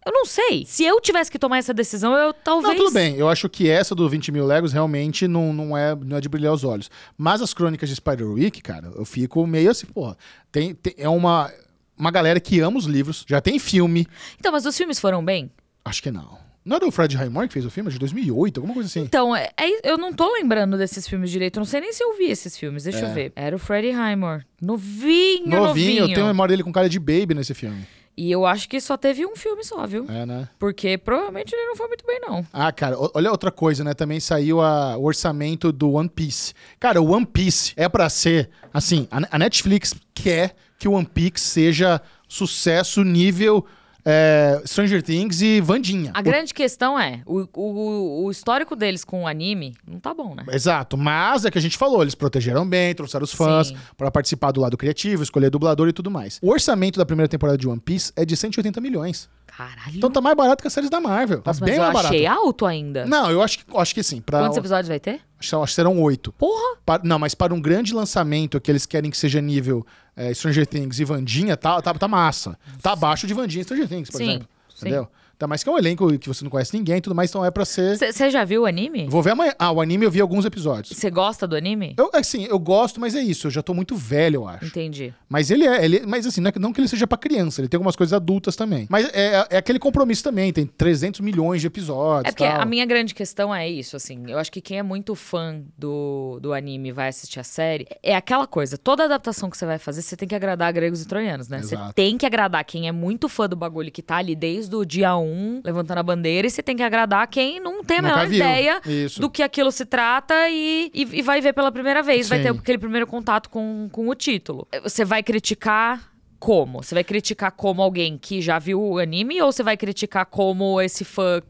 eu não sei. Se eu tivesse que tomar essa decisão, eu talvez. Não, tudo bem. Eu acho que essa do 20 mil Legos realmente não, não, é, não é de brilhar os olhos. Mas as crônicas de Spider-Week, cara, eu fico meio assim, porra. Tem, tem- é uma, uma galera que ama os livros, já tem filme. Então, mas os filmes foram bem? Acho que não. Não era o Fred Highmore que fez o filme? É De 2008, alguma coisa assim. Então, é- é- eu não tô lembrando desses filmes direito. Eu não sei nem se eu vi esses filmes. Deixa É. eu ver. Era o Freddie Highmore. Novinho, novinho. eu tenho a memória dele com cara de baby nesse filme. E eu acho que só teve um filme só, viu? É, né? Porque provavelmente ele não foi muito bem, não. Ah, cara, o- olha outra coisa, né? Também saiu a- o orçamento do One Piece. Cara, o One Piece é pra ser, assim, a, Ne- a Netflix quer que o One Piece seja sucesso nível é, Stranger Things e Vandinha. A grande questão é, o, o- o histórico deles com o anime não tá bom, né? Exato, mas é que a gente falou, eles protegeram bem, trouxeram os fãs Sim. pra participar do lado criativo, escolher dublador e tudo mais. O orçamento da primeira temporada de One Piece é de 180 milhões. Caralho. Então tá mais barato que as séries da Marvel. Tá Nossa, mas bem eu mais barato. achei alto ainda. Não, tá eu acho que, acho que sim. Pra, Quantos episódios vai ter? acho que serão oito. Porra! Pa- não, mas para um grande lançamento que eles querem que seja nível é, Stranger Things e Vandinha, tá, tá, tá massa. Tá abaixo de Vandinha e Stranger Things, por Sim, exemplo. sim. é. Entendeu? Ainda mais que é um elenco que você não conhece ninguém e tudo mais, então é pra ser. Você já viu o anime? Vou ver amanhã. Ah, o anime eu vi alguns episódios. Você gosta do anime? Eu, assim, eu gosto, mas é isso. Eu já tô muito velho, eu acho. Entendi. Mas ele é. Ele, mas assim, não, é que- não que ele seja pra criança, ele tem algumas coisas adultas também. Mas é, é aquele compromisso também, tem 300 milhões de episódios. É porque tal. a minha grande questão é isso, assim. Eu acho que quem é muito fã do, do anime e vai assistir a série. É aquela coisa, toda adaptação que você vai fazer, você tem que agradar gregos e troianos, né? Você Exato. tem que agradar quem é muito fã do bagulho que tá ali desde o dia 1, levantando a bandeira, e você tem que agradar quem não tem a Nunca menor viu. ideia Isso. do que aquilo se trata e, e, e vai ver pela primeira vez. Vai Sim. ter aquele primeiro contato com, com o título. Eh, Você vai criticar. Como? Você vai criticar como alguém que já viu o anime ou você vai criticar como esse fã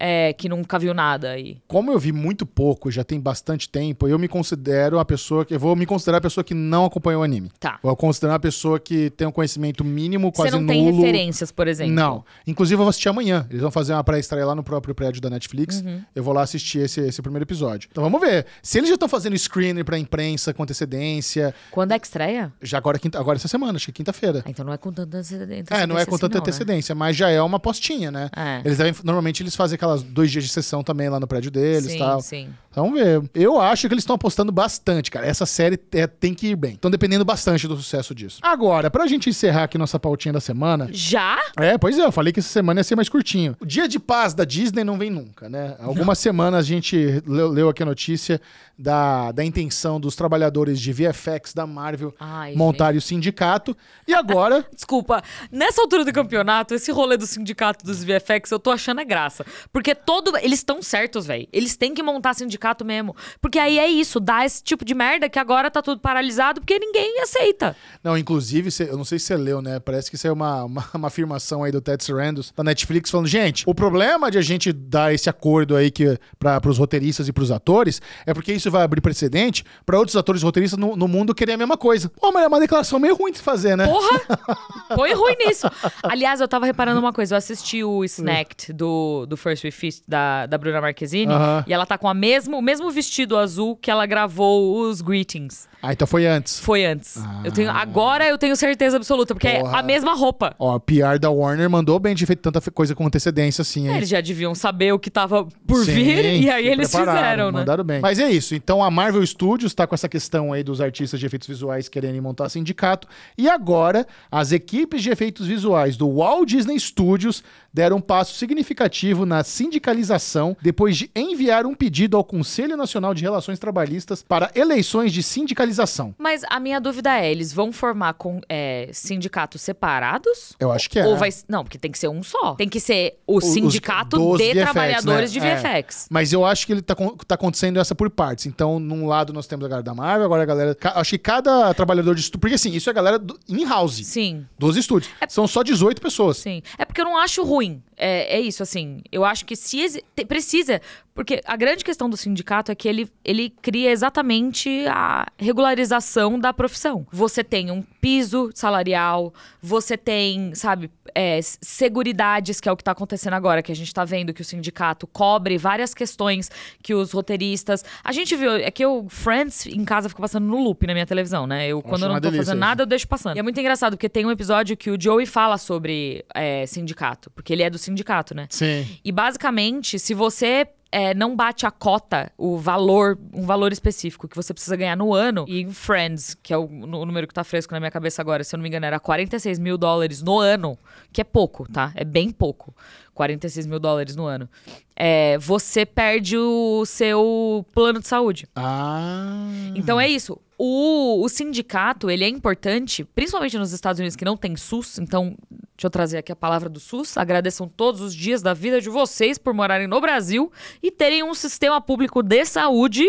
é, que nunca viu nada aí? Como eu vi muito pouco, já tem bastante tempo, eu me considero a pessoa que. Eu vou me considerar a pessoa que não acompanhou o anime. Tá. Vou considerar uma pessoa que tem um conhecimento mínimo, quase você não nulo. tem referências, por exemplo? Não. Inclusive, eu vou assistir amanhã. Eles vão fazer uma pré-estreia lá no próprio prédio da Netflix. Uhum. Eu vou lá assistir esse, esse primeiro episódio. Então vamos ver. Se eles já estão fazendo screener pra imprensa com antecedência, Quando é que estreia? já agora, é quinta, agora é essa semana, acho que é quinta-feira. Ah, então não é com tanta antecedência. É, não é com assim, tanta não, né? antecedência, mas já é uma postinha, né? É. Eles devem, normalmente eles fazem aquelas dois dias de sessão também lá no prédio deles e sim, tal. sim. Fazer Então vê. Eu acho que eles estão apostando bastante, cara. Essa série é- tem que ir bem. Estão dependendo bastante do sucesso disso. Agora, pra gente encerrar aqui nossa pautinha da semana. Já? É, pois é, eu falei que essa semana ia ser mais curtinho. O dia de paz da Disney não vem nunca, né? Algumas semanas a gente leu, leu aqui a notícia da, da intenção dos trabalhadores de VFX da Marvel Ai, montarem o sindicato. E agora. Desculpa, nessa altura do campeonato, esse rolê do sindicato dos VFX, eu tô achando é graça. Porque todo. Eles estão certos, velho. Eles têm que montar sindicato mesmo. Porque aí é isso, dá esse tipo de merda que agora tá tudo paralisado porque ninguém aceita. Não, inclusive, cê- eu não sei se você leu, né? Parece que isso é uma, uma, <laughs> uma afirmação aí do Ted Sarandos, da Netflix, falando, gente, o problema de a gente dar esse acordo aí que, pra, pros roteiristas e pros atores é porque isso vai abrir precedente pra outros atores e roteiristas no, no mundo querer a mesma coisa. Pô, mas é uma declaração meio ruim de se fazer, né? <laughs> Porra! Põe ruim nisso. Aliás, eu tava reparando uma coisa. Eu assisti o Snacked do, do First We Feast da, da Bruna Marquezine. Aham. E ela tá com a mesmo, o mesmo vestido azul que ela gravou os Greetings. Ah, então foi antes. Foi antes. Eu tenho, agora eu tenho certeza absoluta, porque Ah. Porra. é a mesma roupa. Ó, a PR da Warner mandou bem de feito tanta fe- coisa com antecedência assim, É, hein? Eles já deviam saber o que tava por Sim, vir, e aí se eles prepararam, fizeram, né? Mandaram bem. Mas é isso. Então a Marvel Studios tá com essa questão aí dos artistas de efeitos visuais quererem montar sindicato. E agora, as equipes de efeitos visuais do Walt Disney Studios deram um passo significativo na sindicalização depois de enviar um pedido ao Conselho Nacional de Relações Trabalhistas para eleições de sindicalização. Mas a minha dúvida é, eles vão formar com, é, sindicatos separados? Eu acho que é. Ou vai... Não, porque tem que ser um só. Tem que ser o os sindicato dos de VFX, trabalhadores né? de VFX. Mas eu acho que ele tá, con- tá acontecendo essa por partes. Então, num lado nós temos a galera da Marvel, agora a galera. ca- Acho que cada trabalhador de estúdio. Porque assim, isso é a galera do- in-house. Sim, dos estúdios. É São só 18 pessoas. sim. É porque eu não acho ruim. É, é isso, assim. Eu acho que se exi- te- precisa. Porque a grande questão do sindicato é que ele, ele cria exatamente a regularização da profissão. Você tem um piso salarial, você tem, sabe, é, s- seguridades, que é o que tá acontecendo agora, que a gente tá vendo que o sindicato cobre várias questões que os roteiristas. A gente viu, é que eu, Friends, em casa fica passando no loop na minha televisão, né? Eu, quando eu uma não tô delícia fazendo isso. nada. nada, eu deixo passando. E é muito engraçado, porque tem um episódio que o Joey fala sobre é, sindicato, porque ele é do sindicato, né? Sim. E basicamente, se você. é, não bate a cota, o valor, um valor específico que você precisa ganhar no ano. E em Friends, que é o, n- o número que tá fresco na minha cabeça agora, se eu não me engano, era 46 mil dólares no ano, que é pouco, tá? É bem pouco. 46 mil dólares no ano. É, você perde o seu plano de saúde. Ah. Então é isso. O, o sindicato, ele é importante, principalmente nos Estados Unidos que não tem SUS. Então, deixa eu trazer aqui a palavra do SUS. Agradeçam todos os dias da vida de vocês por morarem no Brasil e terem um sistema público de saúde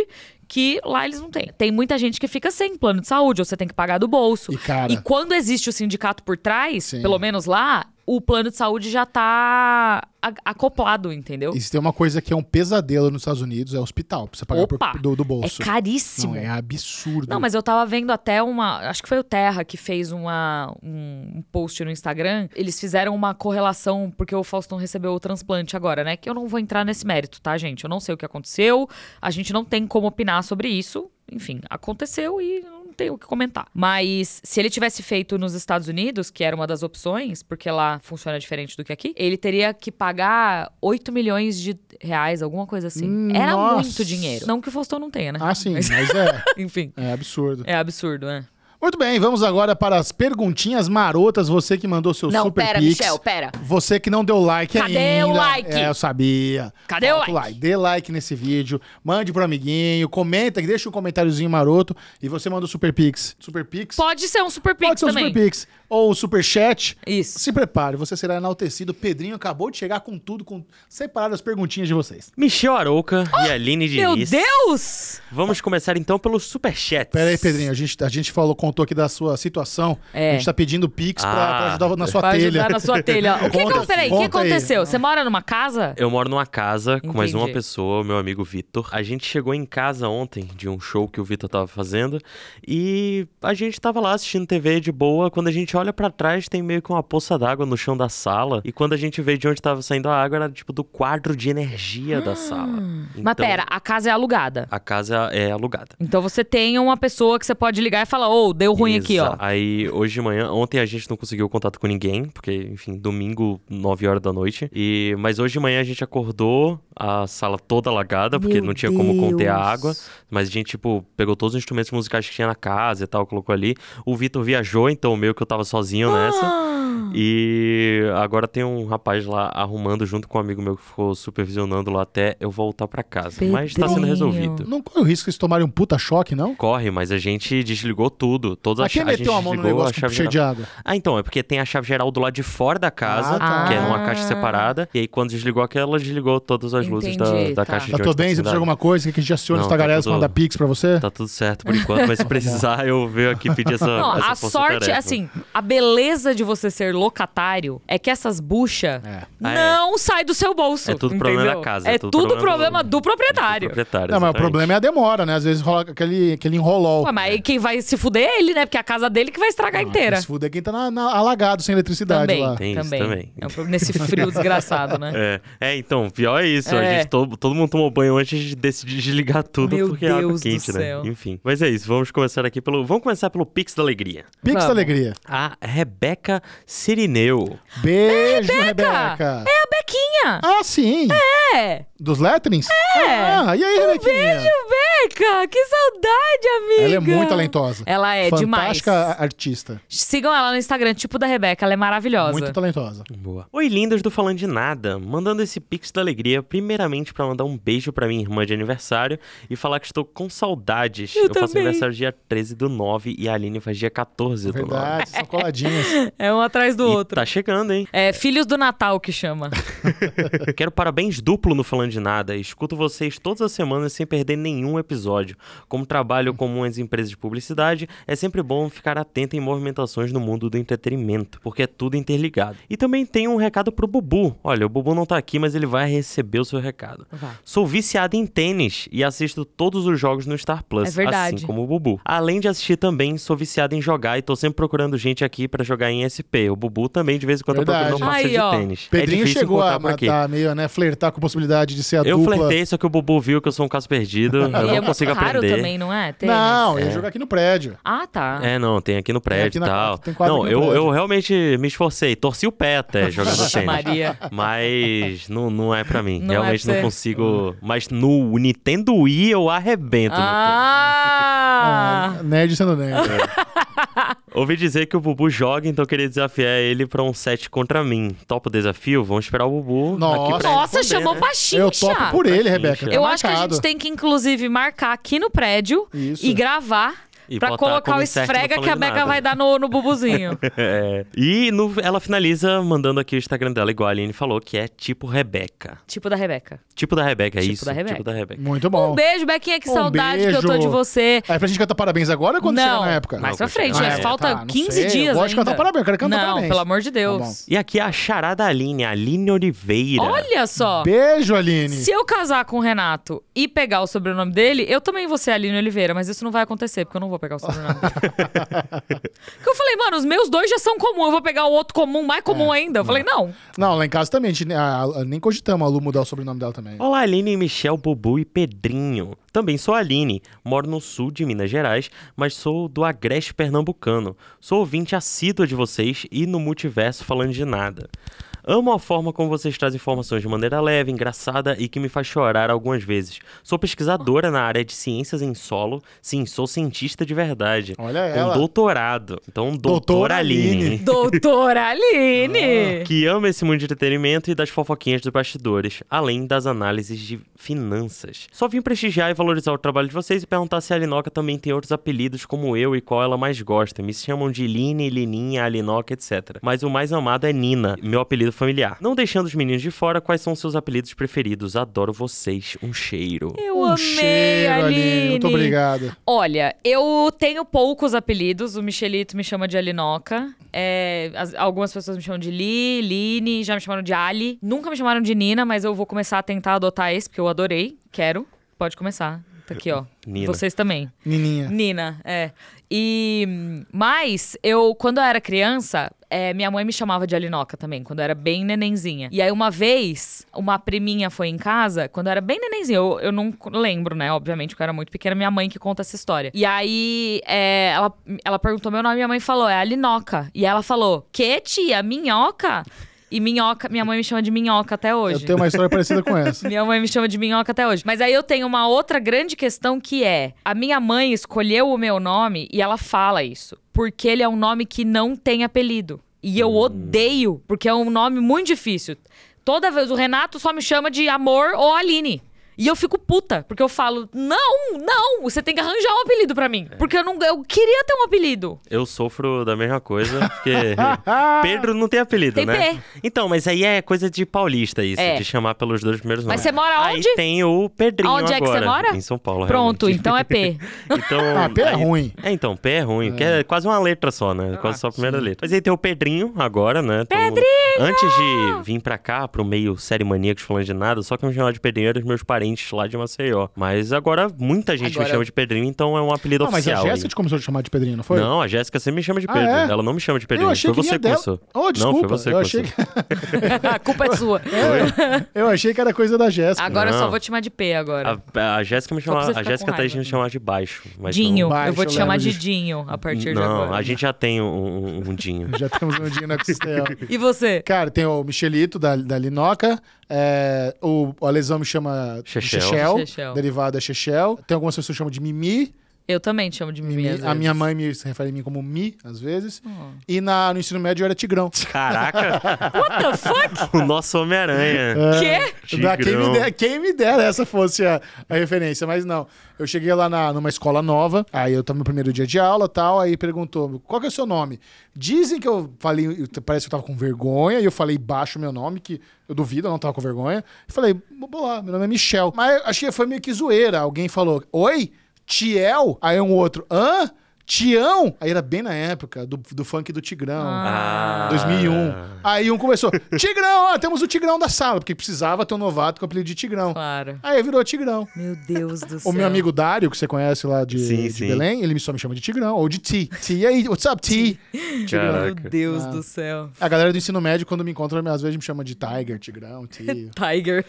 que lá eles não têm. Tem muita gente que fica sem plano de saúde, ou você tem que pagar do bolso. E, cara- E quando existe o sindicato por trás, Sim. pelo menos lá, o plano de saúde já tá a- acoplado, entendeu? E se tem uma coisa que é um pesadelo nos Estados Unidos, é hospital. Pra você pagar por- Opa! do, do É bolso. caríssimo. Não, é absurdo. Não, mas eu tava vendo até uma. Acho que foi o Terra que fez uma, um, um post no Instagram. Eles fizeram uma correlação, porque o Faustão recebeu o transplante agora, né? Que eu não vou entrar nesse mérito, tá, gente? Eu não sei o que aconteceu. A gente não tem como opinar sobre isso. Enfim, aconteceu e não tenho o que comentar. Mas se ele tivesse feito nos Estados Unidos, que era uma das opções, porque lá funciona diferente do que aqui, ele teria que pagar 8 milhões de reais, alguma coisa assim. Era Nossa. muito dinheiro. Não que o Faustão não tenha, né? Ah, sim, Mas, mas é, enfim. é <laughs> absurdo. É absurdo, né? Muito bem, vamos agora para as perguntinhas marotas. Você que mandou seu não, super pera, pix. Michel, pera. Você que não deu like Cadê ainda. o like? É, eu sabia. Cadê Falta o like? Dê like nesse vídeo, mande pro amiguinho, comenta, deixa um comentáriozinho maroto e você manda o super pix. Super pix? Pode ser um super Pode pix ser o também. super pix ou o super chat. Isso. Se prepare, você será enaltecido. Pedrinho acabou de chegar com tudo, com separado as perguntinhas de vocês. Michel Arouca e Aline Oh, Meu Diniz. Deus! Vamos começar então pelo Superchat. Pera aí, Pedrinho, a gente, a gente falou, contou aqui da sua situação. É. A gente tá pedindo pix pra, Ah. pra ajudar na sua Vai telha. ajudar na sua telha. O que, que, Conta- acon- peraí, o que conta aí. aconteceu? Você mora numa casa? Eu moro numa casa com mais uma Entendi. pessoa, o meu amigo Vitor. A gente chegou em casa ontem de um show que o Vitor tava fazendo e a gente tava lá assistindo TV de boa quando a gente olha pra trás, tem meio que uma poça d'água no chão da sala. E quando a gente vê de onde tava saindo a água, era tipo do quadro de energia da sala. Hum, Mas Então, pera, a casa é alugada. A casa é alugada. Então você tem uma pessoa que você pode ligar e falar, ô, deu ruim aqui, ó. Exa- Aí, hoje de manhã, ontem a gente não conseguiu contato com ninguém, porque, enfim, domingo, 9 horas da noite. E, mas hoje de manhã a gente acordou, a sala toda alagada, porque Meu não tinha como conter a Deus. água. Mas a gente, tipo, pegou todos os instrumentos musicais que tinha na casa e tal, colocou ali. O Vitor viajou, então meio que eu tava sozinho nessa. Ah, E agora tem um rapaz lá arrumando junto com um amigo meu que ficou supervisionando lá até eu voltar pra casa. Mas tá sendo Pedrinho. resolvido. Não corre o risco de vocês tomarem um puta choque, não? Corre, mas a gente desligou tudo. Todas Mas as quem chaves. A gente meteu a mão no desligou a negócio chave cheio geral. de água? Ah, então, é porque tem a chave geral do lado de fora da casa, Ah, tá. que é numa Ah. caixa separada. E aí, quando desligou aquela, desligou todas as luzes da, Entendi, da tá. caixa de Tá tudo bem? onde Você precisa de funcionava. alguma coisa? Quer que a gente acione Não, os tá tagarelas pra tudo- mandar pix pra você? Tá tudo certo por <laughs> enquanto, mas se precisar, eu venho aqui pedir essa. Não, essa a sorte, força-tarefa. assim, a beleza de você ser locatário é que essas buchas É. Ah, é. não saem do seu bolso. É tudo problema entendeu? da casa, É, tudo, problema do, Do proprietário. proprietário. Não, mas o exatamente. problema é a demora, né? Às vezes rola aquele, aquele enrolol. Ué, mas aí quem vai se fuder é ele, né? Porque é a casa dele que vai estragar inteira. Se fuder quem tá na- na- alagado, sem eletricidade Também, lá. Tem isso também. também. É um problema nesse frio <laughs> desgraçado, né? É, é, então, pior é isso. A É. gente, todo, todo mundo tomou banho antes de decidir desligar tudo, Meu porque é água Deus do quente, né? céu. Enfim. Mas é isso, vamos começar aqui pelo. Vamos começar pelo Pix da Alegria. Pix Vamos. da alegria. A Rebeca Sirineu. Beijo, Rebeca. É a Bequinha! Ah, sim. É! Dos letterings? É. Ah, e aí, Rebequinha? Beca! Que saudade, amiga! Ela é muito talentosa. Ela é Fantástica demais. artista. Sigam ela no Instagram, tipo da Rebeca, ela é maravilhosa. Muito talentosa. Boa. Oi, lindas do Falando de Nada. Mandando esse pix da alegria, primeiramente pra mandar um beijo pra minha irmã de aniversário e falar que estou com saudades. Eu faço também. aniversário dia 13 do 9 e a Aline faz dia 14 do 9. Verdade, são <laughs> coladinhas. É um atrás do E outro. tá <laughs> chegando, hein? É Filhos do Natal que chama. Quero parabéns duplo no Falando de Nada. Escuto vocês todas as semanas sem perder nenhum episódio. Como trabalho com umas empresas de publicidade, é sempre bom ficar atento em movimentações no mundo do entretenimento, porque é tudo interligado. E também tenho um recado pro Bubu. Olha, o Bubu não tá aqui, mas ele vai receber o seu recado. Vai. Sou viciado em tênis e assisto todos os jogos no Star Plus, É verdade. assim como o Bubu. Além de assistir também, sou viciado em jogar e tô sempre procurando gente aqui pra jogar em SP. O Bubu também de vez em quando tá Verdade. procurando um parceiro Aí, ó. de tênis. é Pedrinho difícil chegou encontrar a por aqui. matar meio, né? Flertar com a possibilidade de ser a Eu dupla. flertei, só que o Bubu viu que eu sou um <laughs> caso perdido. eu e é não consigo raro aprender. também, não é? Tênis. Não, ia jogar aqui no prédio. Ah, tá. É, não, tem aqui no prédio aqui e na- tal. tem quadra não, aqui no eu, prédio. eu realmente me esforcei, torci o pé até jogando Vixe tênis. Maria. Mas não, não é pra mim. Não é realmente pra não você. consigo. Mas no Nintendo Wii <laughs> eu arrebento. no tênis. Ah! É, Nerd sendo nerd. Ouvi dizer que o Bubu joga, então eu queria desafiar ele pra um set contra mim. Topa o desafio? Vamos esperar o Bubu. Nossa. aqui pra Nossa, responder, chamou né? pra chincha. Eu topo por ele, Rebeca. Tá Eu Tá acho que a marcado. gente tem que, inclusive, marcar aqui no prédio Isso. e gravar E pra botar colocar como o insert, não esfrega falando que a de Beca nada. vai dar no, no bubuzinho. <laughs> É. E no- ela finaliza mandando aqui o Instagram dela, igual a Aline falou, que é tipo Rebeca. tipo da Rebeca. Tipo da Rebeca, é Tipo isso? da Rebeca. Tipo da Rebeca. Muito bom. Um beijo, Bequinha, que Um saudade que eu tô beijo. de você. É pra gente cantar parabéns agora ou quando não, chegar na época? mais Não, pra quando chegar frente, na né? época. Falta Tá, não 15 sei, eu dias gosto de ainda. cantar parabéns, eu quero cantar não, parabéns. pelo amor de Deus. E aqui é a charada Aline, a Aline Oliveira. Olha só. Beijo, Aline. Se eu casar com o Renato e pegar o sobrenome dele, eu também vou ser a Aline Oliveira, mas isso não vai acontecer, porque eu não vou pegar o sobrenome dele. <laughs> porque eu falei, mano, os meus dois já são comuns, eu vou pegar o outro comum, mais comum ainda. Eu falei, não. É, Não, lá em casa também. a gente- né, a- a- nem cogitamos a Lu mudar o sobrenome dela também. Olá, Aline, Michel, Bubu e Pedrinho. Também sou a Aline, moro no sul de Minas Gerais, mas sou do Agreste Pernambucano. Sou ouvinte assídua de vocês e no multiverso falando de nada. Amo a forma como vocês trazem informações de maneira leve, engraçada e que me faz chorar algumas vezes. Sou pesquisadora na área de ciências em solo. Sim, sou cientista de verdade. Olha com ela. doutorado. Então, doutora Doutora Aline. Aline. <laughs> Doutora Ah, Aline! <laughs> que ama esse mundo de entretenimento e das fofoquinhas dos bastidores, além das análises de finanças. Só vim prestigiar e valorizar o trabalho de vocês e perguntar se a Alinoca também tem outros apelidos como eu e qual ela mais gosta. Me chamam de Line, Lininha, Alinoca, etc. Mas o mais amado é Nina, meu apelido familiar. Não deixando os meninos de fora, quais são seus apelidos preferidos? Adoro vocês. Um cheiro. Eu um amei, cheiro, Aline. Muito obrigado. Olha, eu tenho poucos apelidos. O Michelito me chama de Alinoca. É, as- algumas pessoas me chamam de Li, Line, já me chamaram de Ali. Nunca me chamaram de Nina, mas eu vou começar a tentar adotar esse, porque eu adorei. Quero. Pode começar. Tá aqui, ó. Nina. Vocês também. Nininha. Nina, é. E mas eu quando eu era criança, é, minha mãe me chamava de Alinoca também, quando eu era bem nenenzinha. E aí uma vez, uma priminha foi em casa, quando eu era bem nenenzinha, eu, eu não lembro, né, obviamente, porque eu era muito pequena, minha mãe que conta essa história. E aí é, ela, ela perguntou meu nome, minha mãe falou, é Alinoca. E ela falou, que tia, minhoca? E minhoca, minha mãe me chama de minhoca até hoje. Eu tenho uma história parecida com <laughs> essa. Minha mãe me chama de minhoca até hoje. Mas aí eu tenho uma outra grande questão que é: a minha mãe escolheu o meu nome e ela fala isso, porque ele é um nome que não tem apelido. E eu odeio, porque é um nome muito difícil. Toda vez o Renato só me chama de amor ou Aline. E eu fico puta, porque eu falo: não, não, você tem que arranjar um apelido pra mim. Porque eu não eu queria ter um apelido. Eu sofro da <laughs> mesma coisa, porque Pedro não tem apelido, Tem né? P. Então, mas aí é coisa de paulista isso, É. de chamar pelos dois primeiros nomes. Mas você é mora Ah, Aí onde? tem o Pedrinho Aonde é que você agora. mora? Em São Paulo, Pronto, realmente. então é P. <laughs> Então, Ah, P é aí- ruim. Ah, É, então, P é ruim, que é quase uma letra só, né? Quase só a primeira letra. Mas aí tem o Pedrinho agora, né? Todo mundo- Antes de vir pra cá, pro meio série maníacos falando de nada, só que me chamava de Pedrinho eram os meus parentes lá de Maceió. Mas agora muita gente Agora- me chama de Pedrinho, então é um apelido Ah, mas a oficial. aí. Jéssica te começou a te chamar de Pedrinho, não foi? Não, a Jéssica sempre me chama de Ah, Pedro. é? Ela não me chama de Pedrinho. Eu achei foi que você vinha que dela. começou. Oh, desculpa. Não, foi você eu que achei começou. a culpa é sua. Eu achei que <laughs> era coisa da Jéssica. Agora eu só Não. vou te chamar de P agora. A, a Jéssica me Só pra chamava, você a ficar Jéssica com Thaís raiva. né? me chamava de baixo, mas Dinho, Baixo, eu vou te eu chamar lembro de disso. Dinho a partir de Não, agora. a gente já tem um, um- <laughs> um Dinho. Já temos um dia na <laughs> costela. E você? Cara, tem o Michelito, da, da Linoca. é, o, o Alesão me chama Chechel. Chechel. Chechel. Derivado é Chechel. Tem algumas pessoas que chamam de Mimi. Eu também te chamo de Mimi. Mi- às a minha vezes. <laughs> Hum. mãe me se refere a mim como Mi, às vezes. E na, no ensino médio eu era Tigrão. Caraca, What the fuck? <laughs> o nosso Homem-Aranha. Quê? Da- É. quem, me Tigrão. dera, quem me dera essa fosse a, a referência, mas não. Eu cheguei lá na- numa escola nova, aí eu tava no primeiro dia de aula tal, aí perguntou, qual que é o seu nome? Dizem que eu falei, eu- parece que eu tava com vergonha, e eu falei baixo o meu nome, que eu duvido, eu não tava com vergonha. Eu falei, vou lá, meu nome é Michel. Mas acho que foi meio que zoeira, alguém falou, oi, Tiel? Aí um outro, hã? Tião? Aí era bem na época do, do funk do Tigrão. Ah. 2001. Aí um começou, Tigrão, ó, temos o Tigrão da sala, porque precisava ter um novato com o apelido de Tigrão. Claro. Aí virou Tigrão. Meu Deus do <laughs> céu. O meu amigo Dário, que você conhece lá de, Sim, de sim. Belém, ele só me chama de Tigrão, ou de Ti. Ti, e aí, what's up, Ti? Meu Caraca. Deus do céu. A galera do ensino médio, quando me encontra, às vezes me chama de Tiger, Tigrão, Ti. Tiger.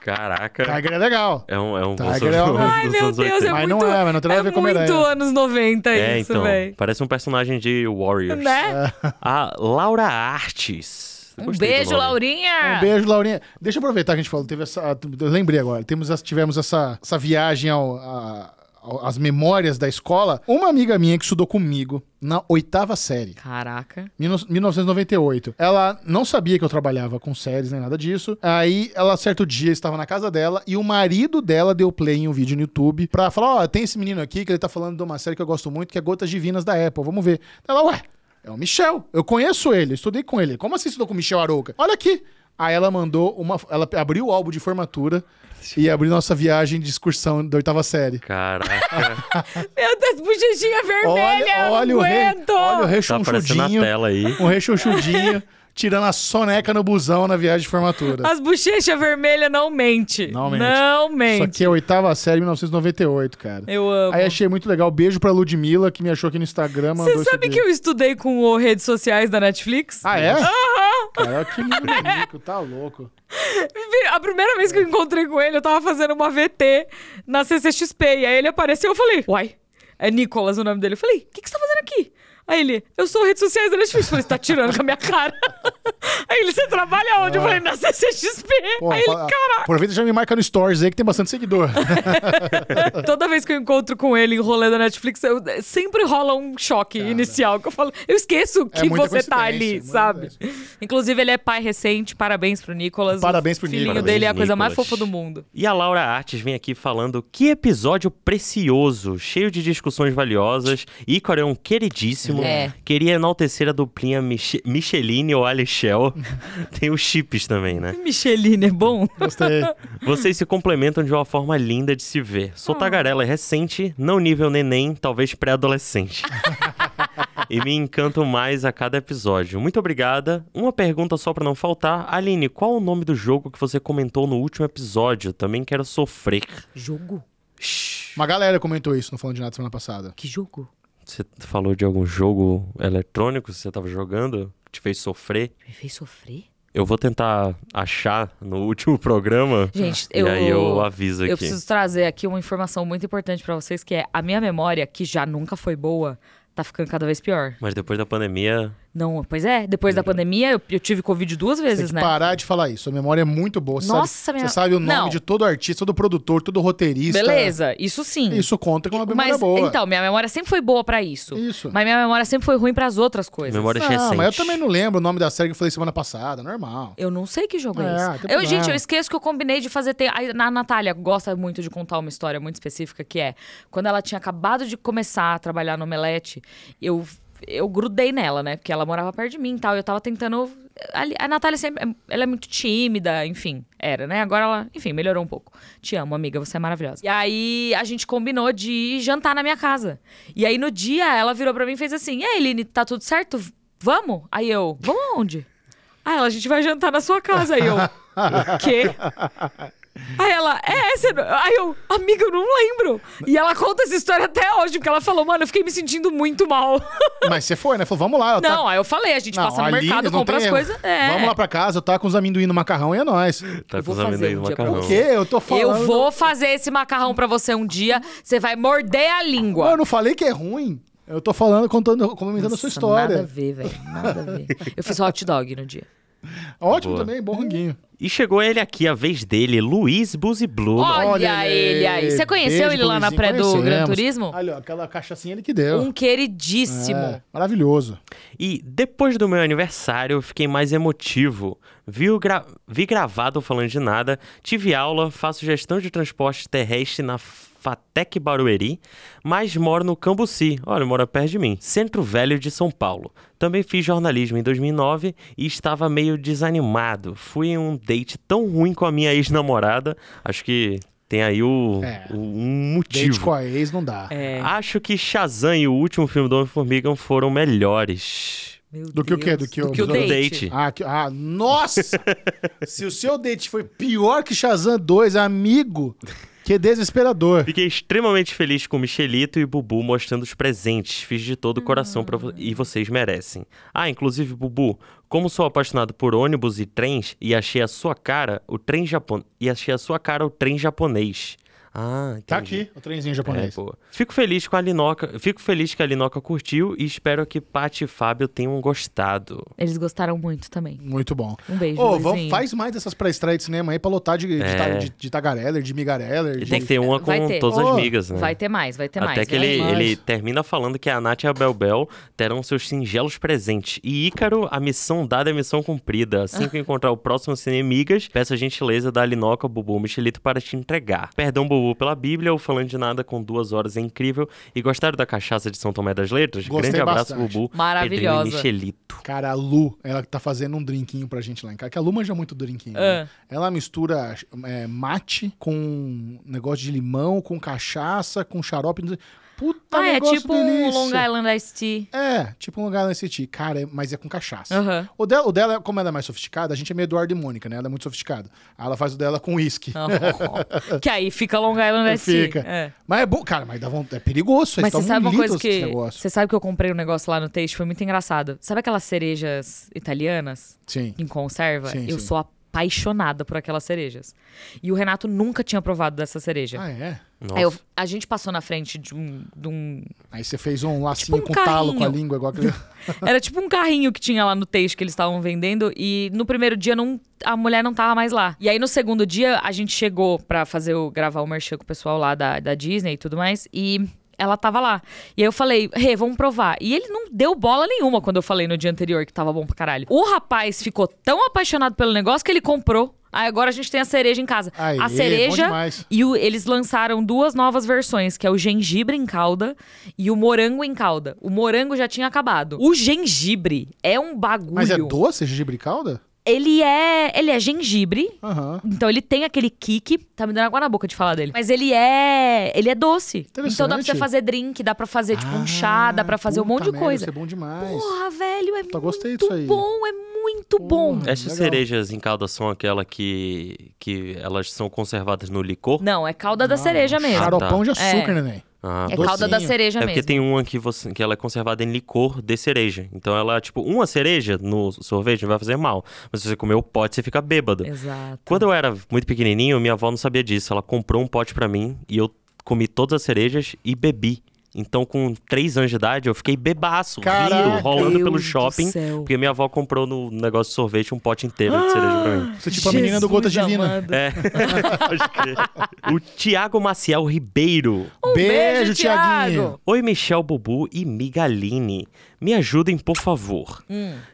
Caraca. Tiger é legal. É um, é um Tiger bolso- é um- Ai, dos meu anos Deus, é 80. Mas não muito. é, mas não tem nada a ver com muito Homem-Aranha. anos 90 É, isso, então. velho. Parece um personagem de Warriors. Ah. Né? A Laura Artes. Um Gostei do beijo, nome. Laurinha. Um beijo, Laurinha. Deixa eu aproveitar que a gente falou. Teve essa, eu lembrei agora. Temos, essa- tivemos essa, essa viagem ao, a- ao- às memórias da escola. Uma amiga minha que estudou comigo na oitava série. Caraca. 1998. Ela não sabia que eu trabalhava com séries nem nada disso. Aí ela, certo dia, estava na casa dela e o marido dela deu play em um vídeo no YouTube pra falar: Ó, tem esse menino aqui que ele tá falando de uma série que eu gosto muito, que é Gotas Divinas da Apple. Vamos ver. Ela, ué, é o Michel. Eu conheço ele, eu estudei com ele. Como assim estudou com o Michel Arouca? Olha aqui. Aí ela mandou uma. Ela abriu o álbum de formatura e abriu nossa viagem de excursão da oitava série. <laughs> Caraca. Meu Deus, bochechinha vermelha. Olha, olha eu o não rei, aguento. olha o tá aparecendo na rechonchudinho tela aí. um rechonchudinho, tirando a soneca no busão na viagem de formatura. As bochechas vermelhas não mente. Não mente. Não Isso mente. aqui é a oitava série, 1998, cara. Eu amo. Aí é achei muito legal. Beijo pra Ludmilla, que me achou aqui no Instagram. mandou Você esse sabe que beijo. eu estudei com o redes sociais da Netflix? Ah, é? Cara, que menino rico, tá louco. A primeira vez que eu encontrei com ele, eu tava fazendo uma VT na CCXP. E aí ele apareceu, eu falei, uai, é Nicolas o nome dele. Eu falei, o que, que você tá fazendo aqui? Aí ele, eu sou redes sociais da Netflix. Eu falei, você tá tirando com a minha cara. <laughs> Aí ele, você trabalha onde? Eu Ah. falei, na CCXP. Pô, aí ele, fala- caraca. Aproveita e já me marca no Stories aí, que tem bastante seguidor. Toda vez que eu encontro com ele em rolê da Netflix, eu- sempre rola um choque inicial. Que eu falo, eu esqueço É que muita você tá coincidência, ali, muita sabe? Inclusive, ele é pai recente. Parabéns pro Nicolas. Parabéns pro O filhinho Nicolas. dele é a coisa mais Nicolas. fofa do mundo. E a Laura Artes vem aqui falando que episódio precioso, cheio de discussões valiosas. Ícaro é um queridíssimo. É. Queria enaltecer a duplinha Mich Micheline ou Alexel. Tem os chips também, né? Micheline é bom? Gostei. Vocês se complementam de uma forma linda de se ver. Sou tagarela é recente, não nível neném, talvez pré-adolescente. e me encanto mais a cada episódio. Muito obrigada. Uma pergunta só pra não faltar. Aline, qual o nome do jogo que você comentou no último episódio? Também quero sofrer. Jogo? Uma galera comentou isso no Falando de Nada semana passada. Que jogo? Você falou de algum jogo eletrônico que você tava jogando, que te fez sofrer. Me fez sofrer? Eu vou tentar achar no <laughs> último programa. Gente, Ah, E eu. aí eu aviso aqui. Eu preciso trazer aqui uma informação muito importante pra vocês, que é a minha memória, que já nunca foi boa, tá ficando cada vez pior. Mas depois da pandemia, Não, pois é, depois da pandemia eu, eu tive Covid duas Tem que vezes, né? parar de falar isso. A memória é muito boa. Você Nossa, sabe, minha- Você sabe o nome Não. de todo artista, todo produtor, todo roteirista. Beleza, isso sim. é Isso conta com uma memória Mas boa. então, minha memória sempre foi boa pra isso. Isso. Mas minha memória sempre foi ruim pras outras coisas. memória é não, recente. mas eu também não lembro o nome da série que eu falei semana passada, normal. Eu não sei que jogo é, É, tem esse. Eu, problema. gente, eu esqueço que eu combinei de fazer. Te... A na- Natália gosta muito de contar uma história muito específica que é quando ela tinha acabado de começar a trabalhar no Omelete, eu. Eu grudei nela, né? Porque ela morava perto de mim e tal. e Eu tava tentando. ali- A Natália sempre. Ela é muito tímida, enfim. Era, né? Agora ela. Enfim, melhorou um pouco. Te amo, amiga. Você é maravilhosa. E aí a gente combinou de ir jantar na minha casa. E aí no dia ela virou pra mim e fez assim: E aí, Lini, tá tudo certo? Vamos? Aí eu: Vamos aonde? Aí Ah, ela, a gente vai jantar na sua casa. Aí eu, quê? Aí ela, é, você... não-" Aí eu, amiga, eu não lembro. E ela conta essa história até hoje, porque ela falou, mano, eu fiquei me sentindo muito mal. <laughs> Mas você foi, né? Falou, vamos lá. eu Não, tá- aí eu falei, a gente Não, passa no ali mercado, não tem compra as erro. coisas. É. Vamos lá pra casa, eu tava com os amendoim no macarrão e é nóis. Tá Eu vou com os fazer amendoim um no dia pra macarrão. O quê? Eu tô falando. Eu vou fazer esse macarrão pra você um dia, você vai morder a língua. Eu não falei que é ruim. Eu tô falando, contando, comentando a sua Nossa, história. Nada a ver, velho. Nada a ver. Eu fiz hot dog no dia. Ótimo Boa. também, bom ranguinho. E chegou ele aqui, a vez dele, Luiz Buzibluno. Olha, ele aí. Você conheceu Beijo, ele lá na pré Luizinho, do conhecemos. Gran Turismo? Ali, ó, aquela cachaçinha ele que deu. Um queridíssimo. É, maravilhoso. E depois do meu aniversário, eu fiquei mais emotivo. Vi, o gra- Vi gravado falando de nada, tive aula, faço gestão de transporte terrestre na Fatec Barueri, mas moro no Cambuci, olha, mora perto de mim, Centro Velho de São Paulo. Também fiz jornalismo em 2009 e estava meio desanimado. Fui em um date tão ruim com a minha ex-namorada, acho que tem aí o, É. o- um Date motivo. com a ex não dá. É. Acho que Shazam e o último filme do Homem-Formiga foram melhores. Meu Do que o Deus. quê? Do que o- do que o do date. date. Ah, que- ah, <laughs> nossa! Se o seu date foi pior que Shazam 2, amigo, que desesperador. Fiquei extremamente feliz com Michelito e Bubu mostrando os presentes. Fiz de todo o coração pra vo- e vocês merecem. Ah, inclusive, Bubu, como sou apaixonado por ônibus e trens e achei a sua cara o trem japonês. E achei a sua cara o trem japonês. Ah, entendi. Tá aqui, o trenzinho É, japonês. boa. Fico feliz com a Linoca. Fico feliz que a Linoca curtiu e espero que Paty e Fábio tenham gostado. Eles gostaram muito também. Muito bom. Um beijo. Ô, vamos, Luizinho. faz mais dessas pré-estreias de cinema aí pra lotar de, de, ta- de- de tagareller, de migareller. É. E de- tem que ter uma Vai com ter. todas Oh, as migas, né? Vai ter mais, vai ter mais. né, Até que vem ele, aí. Mais. ele termina falando que a Nath e a Bel Bel terão seus singelos presentes. E Ícaro, a missão dada é missão cumprida. Assim que eu encontrar o próximo Cinemigas, peço a gentileza da Linoca, Bubu Michelito para te entregar. Perdão, Bubu, pela Bíblia, o Falando de Nada com duas horas é incrível. E gostaram da cachaça de São Tomé das Letras? Gostei Grande abraço, bastante. Bubu. Maravilhosa. Pedrinho e Michelito. Cara, a Lu, ela tá fazendo um drinquinho pra gente lá em casa. Que a Lu manja muito do drinquinho. Ah. né? Ela mistura é, mate com negócio de limão, com cachaça, com xarope. não sei- Puta Ah, é negócio tipo um delícia. Long Island Iced Tea. <laughs> É, tipo um lugar nesse City. Cara, é- mas é com cachaça. Aham. O, dela, o dela, como ela é mais sofisticada, a gente é meio Eduardo e Mônica, né? Ela é muito sofisticada. Aí ela faz o dela com uísque. Oh, que aí fica Long Island Iced Fica. Tea. É. Mas é bom, cara, mas dá vontade, é perigoso. Mas Mas você sabe uma coisa que. Negócio. Você sabe que eu comprei um negócio lá no Taste, foi muito engraçado. Sabe aquelas cerejas italianas Sim. em conserva? Sim, eu sim. sou apaixonada por aquelas cerejas. E o Renato nunca tinha provado dessa cereja. Ah, é? Nossa. Aí eu- a gente passou na frente de um- de um Aí você fez um lacinho Tipo um com talo com a carrinho. língua, <laughs> igual aquele... Era tipo um carrinho que tinha lá no texto que eles estavam vendendo e no primeiro dia não, a mulher não tava mais lá. E aí no segundo dia a gente chegou pra fazer o gravar o merchan com o pessoal lá da, da Disney e tudo mais e ela tava lá. E aí eu falei, Rê, vamos provar. E ele não deu bola nenhuma quando eu falei no dia anterior que tava bom pra caralho. O rapaz ficou tão apaixonado pelo negócio que ele comprou. Aí agora a gente tem a cereja em casa. Aê, a bom cereja demais. e o- eles lançaram duas novas versões, que é o gengibre em calda e o morango em calda. O morango já tinha acabado. O gengibre é um bagulho. Mas é doce, gengibre e calda? Ele é, ele é gengibre. Aham. Então ele tem aquele kick, tá me dando água na boca de falar dele. Mas ele é, ele é doce. Interessante. Então dá pra você fazer drink, dá pra fazer tipo um chá, dá pra fazer um Ah, puta monte de merda, coisa. Isso é bom demais. Porra, velho, é Tá, gostei muito disso aí. bom, é muito bom. Porra. Essas Legal. cerejas em calda são aquela que, que elas são conservadas no licor? Não, é calda da cereja mesmo. Ah, Xaropão de É. açúcar, neném. Ah, É docinho. calda da cereja É porque mesmo. tem uma que, você, que ela é conservada em licor de cereja. Então ela, tipo, uma cereja no sorvete não vai fazer mal. Mas se você comer o pote, você fica bêbado. Exato. Quando eu era muito pequenininho, minha avó não sabia disso. Ela comprou um pote pra mim e eu comi todas as cerejas e bebi. Então, com três anos de idade, eu fiquei bebaço, Caraca. rindo, rolando Deus é pelo do shopping. céu. Porque minha avó comprou no negócio de sorvete um pote inteiro de cereja pra Ah! mim. Você é tipo a menina do Gota Jesus Divina. amado. É, <laughs> pode crer. O Tiago Maciel Ribeiro. Um beijo, Beijo, Thiaguinho. Thiago. Oi, Michel Bubu e Migaline. Me ajudem, por favor.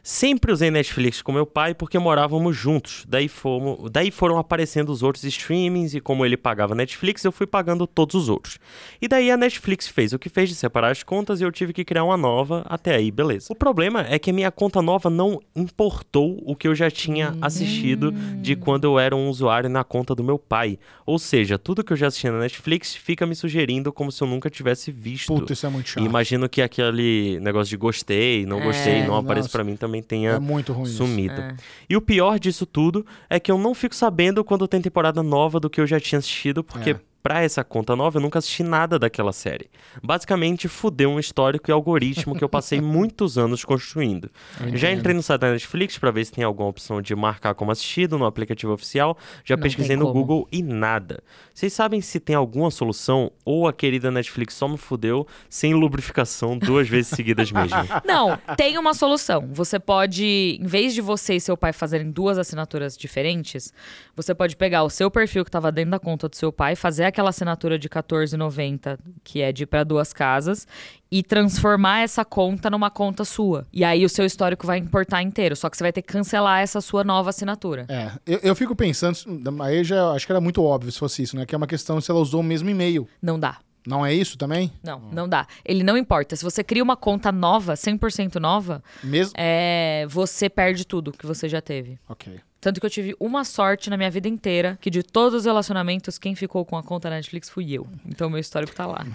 Sempre usei Netflix com meu pai porque morávamos juntos. Daí, fomo- daí foram aparecendo os outros streamings e como ele pagava Netflix, eu fui pagando todos os outros. E daí a Netflix fez o que fez de separar as contas e eu tive que criar uma nova. Até aí, beleza. O problema é que a minha conta nova não importou o que eu já tinha assistido de quando eu era um usuário na conta do meu pai. Ou seja, tudo que eu já assisti na Netflix fica me sugerindo como se eu nunca tivesse visto. Puta, isso é muito E chato. imagino que aquele negócio de gostei, não É. gostei, não apareça Nossa. pra mim também É tenha muito ruim isso. sumido. É. E o pior disso tudo é que eu não fico sabendo quando tem temporada nova do que eu já tinha assistido, porque É. pra essa conta nova eu nunca assisti nada daquela série. Basicamente, fudeu um histórico e algoritmo que eu passei muitos anos construindo. Já entrei no site da Netflix pra ver se tem alguma opção de marcar como assistido no aplicativo oficial, já Não pesquisei tem no como. Google e nada. Vocês sabem se tem alguma solução ou a querida Netflix só me fudeu sem lubrificação duas vezes seguidas mesmo? Não, tem uma solução. Você pode, em vez de você e seu pai fazerem duas assinaturas diferentes, você pode pegar o seu perfil que estava dentro da conta do seu pai, fazer aquela assinatura de 14,90, que é de ir para duas casas, e transformar essa conta numa conta sua. E aí o seu histórico vai importar inteiro, só que você vai ter que cancelar essa sua nova assinatura. É, eu, eu fico pensando, aí já acho que era muito óbvio se fosse isso, né? Que é uma questão se ela usou o mesmo e-mail. Não dá. Não é isso também? Não, não dá. Ele não importa. Se você cria uma conta nova, 100% nova, Mesmo. é, você perde tudo que você já teve. Ok. Tanto que eu tive uma sorte na minha vida inteira, que de todos os relacionamentos, quem ficou com a conta da Netflix fui eu. Então meu histórico <laughs> tá lá.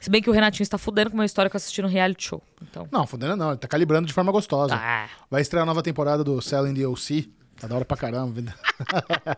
Se bem que o Renatinho está fudendo com meu histórico assistindo reality show. Então. Não, fudendo não, ele tá calibrando de forma gostosa. Ah. Vai estrear a nova temporada do Selling the OC. Tá da hora pra caramba. <laughs>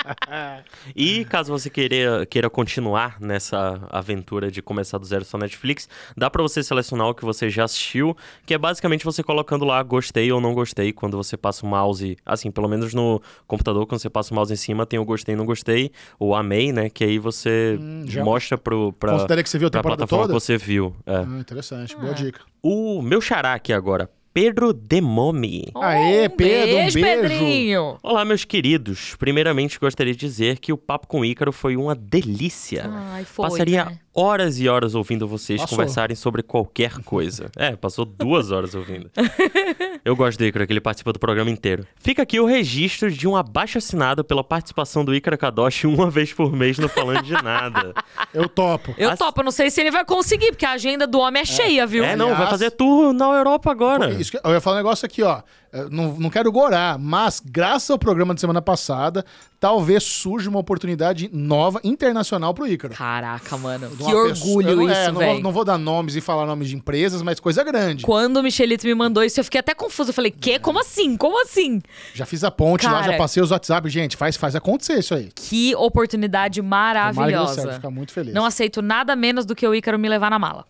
E caso você queira, queira continuar nessa aventura de começar do zero só Netflix, dá pra você selecionar o que você já assistiu, que é basicamente você colocando lá gostei ou não gostei quando você passa o mouse, assim, pelo menos no computador, quando você passa o mouse em cima, tem o gostei, não gostei, ou amei, né? Que aí você Hum, já- mostra pro, pra, Considera que você viu a pra temporada plataforma toda? que você viu. é. Ah, interessante, boa dica. O meu xará aqui agora, Pedro Demomi. Aê, Pedro, um tá beijo, beijo. Pedrinho! Olá, meus queridos. Primeiramente, gostaria de dizer que o papo com o Ícaro foi uma delícia. Ai, foi, Passaria né? horas e horas ouvindo vocês Passou. conversarem sobre qualquer coisa. é, passou duas horas <laughs> ouvindo. Eu gosto do Ícaro, que ele participa do programa inteiro. Fica aqui o registro de um abaixo assinado pela participação do Ícaro Kadoshi uma vez por mês no Falando de <laughs> Nada. Eu topo. Eu As- topo, eu não sei se ele vai conseguir, porque a agenda do homem é, cheia, viu? é, não, Aliás- vai fazer tour na Europa agora. Isso que- eu ia falar um negócio aqui, ó. Eu Não, não quero gorar, mas graças ao programa de semana passada, talvez surja uma oportunidade nova, internacional pro Ícaro. Caraca, mano. De Que uma pessoa- orgulho eu não- é, isso, não, vou, velho. não vou dar nomes e falar nomes de empresas, mas coisa grande. Quando o Michelito me mandou isso, eu fiquei até confusa. Eu falei, quê? Como assim? Como assim? Já fiz a ponte lá, Cara. já passei os WhatsApp. Gente, faz, faz acontecer isso aí. Que oportunidade Tomara que dê maravilhosa. certo, Ficar muito feliz. Não aceito nada menos do que o Ícaro me levar na mala.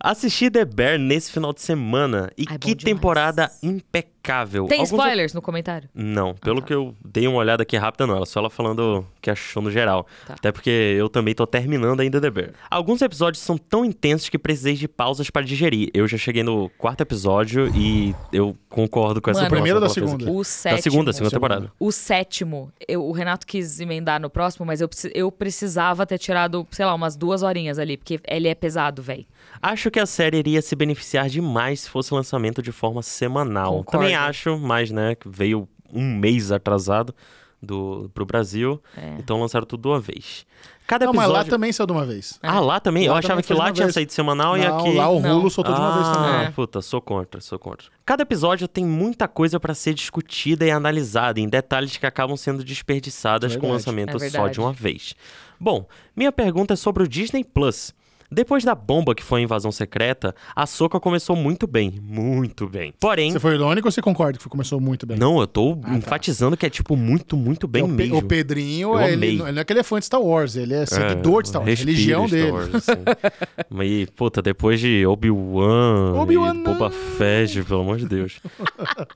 Assisti The Bear nesse final de semana e Ai, bom que demais. temporada impecável. Tem Alguns spoilers no comentário? Não, tá. pelo que eu dei uma olhada aqui rápida, não. Ela só ela falando o que achou no geral. Tá. Até porque eu também tô terminando ainda The Bear. Alguns episódios são tão intensos que precisei de pausas para digerir. Eu já cheguei no quarto episódio e eu concordo com essa Mano. O primeiro informação ou da que ela fez segunda? O sétimo. aqui. Da Tá segunda, segunda Segunda. temporada. O sétimo, eu- o Renato quis emendar no próximo, mas eu, preci- eu precisava ter tirado, sei lá, umas duas horinhas ali, porque ele é pesado, velho. Acho que a série iria se beneficiar demais se fosse lançamento de forma semanal. Concordo. Também acho, mas né, que veio um mês atrasado do, pro Brasil. É. Então lançaram tudo de uma vez. Cada Não, mas episódio. lá também saiu de uma vez. Ah, lá também? Lá eu achava também que foi de lá uma tinha vez. saído semanal e Não, aqui. lá o Não. rulo soltou de uma vez Ah, também. É. puta, sou contra, sou contra. Cada episódio tem muita coisa pra ser discutida e analisada, em detalhes que acabam sendo desperdiçadas com o É Verdade. lançamento É só de verdade. uma vez. Bom, minha pergunta é sobre o Disney Plus. Depois da bomba que foi a invasão secreta, a Soca começou muito bem, muito bem. Porém, Você foi irônico ou você concorda que começou muito bem? não, eu tô tá. É enfatizando que é tipo muito, muito bem o, Pe- mesmo. o Pedrinho, Eu ele, amei. não- ele não é que ele é fã de Star Wars, ele é seguidor de Star Wars, respira religião Star dele. Wars, <laughs> assim. Mas, e, puta, depois de Obi-Wan, Obi-Wan e não. Boba Fett, pelo amor de <laughs> Deus.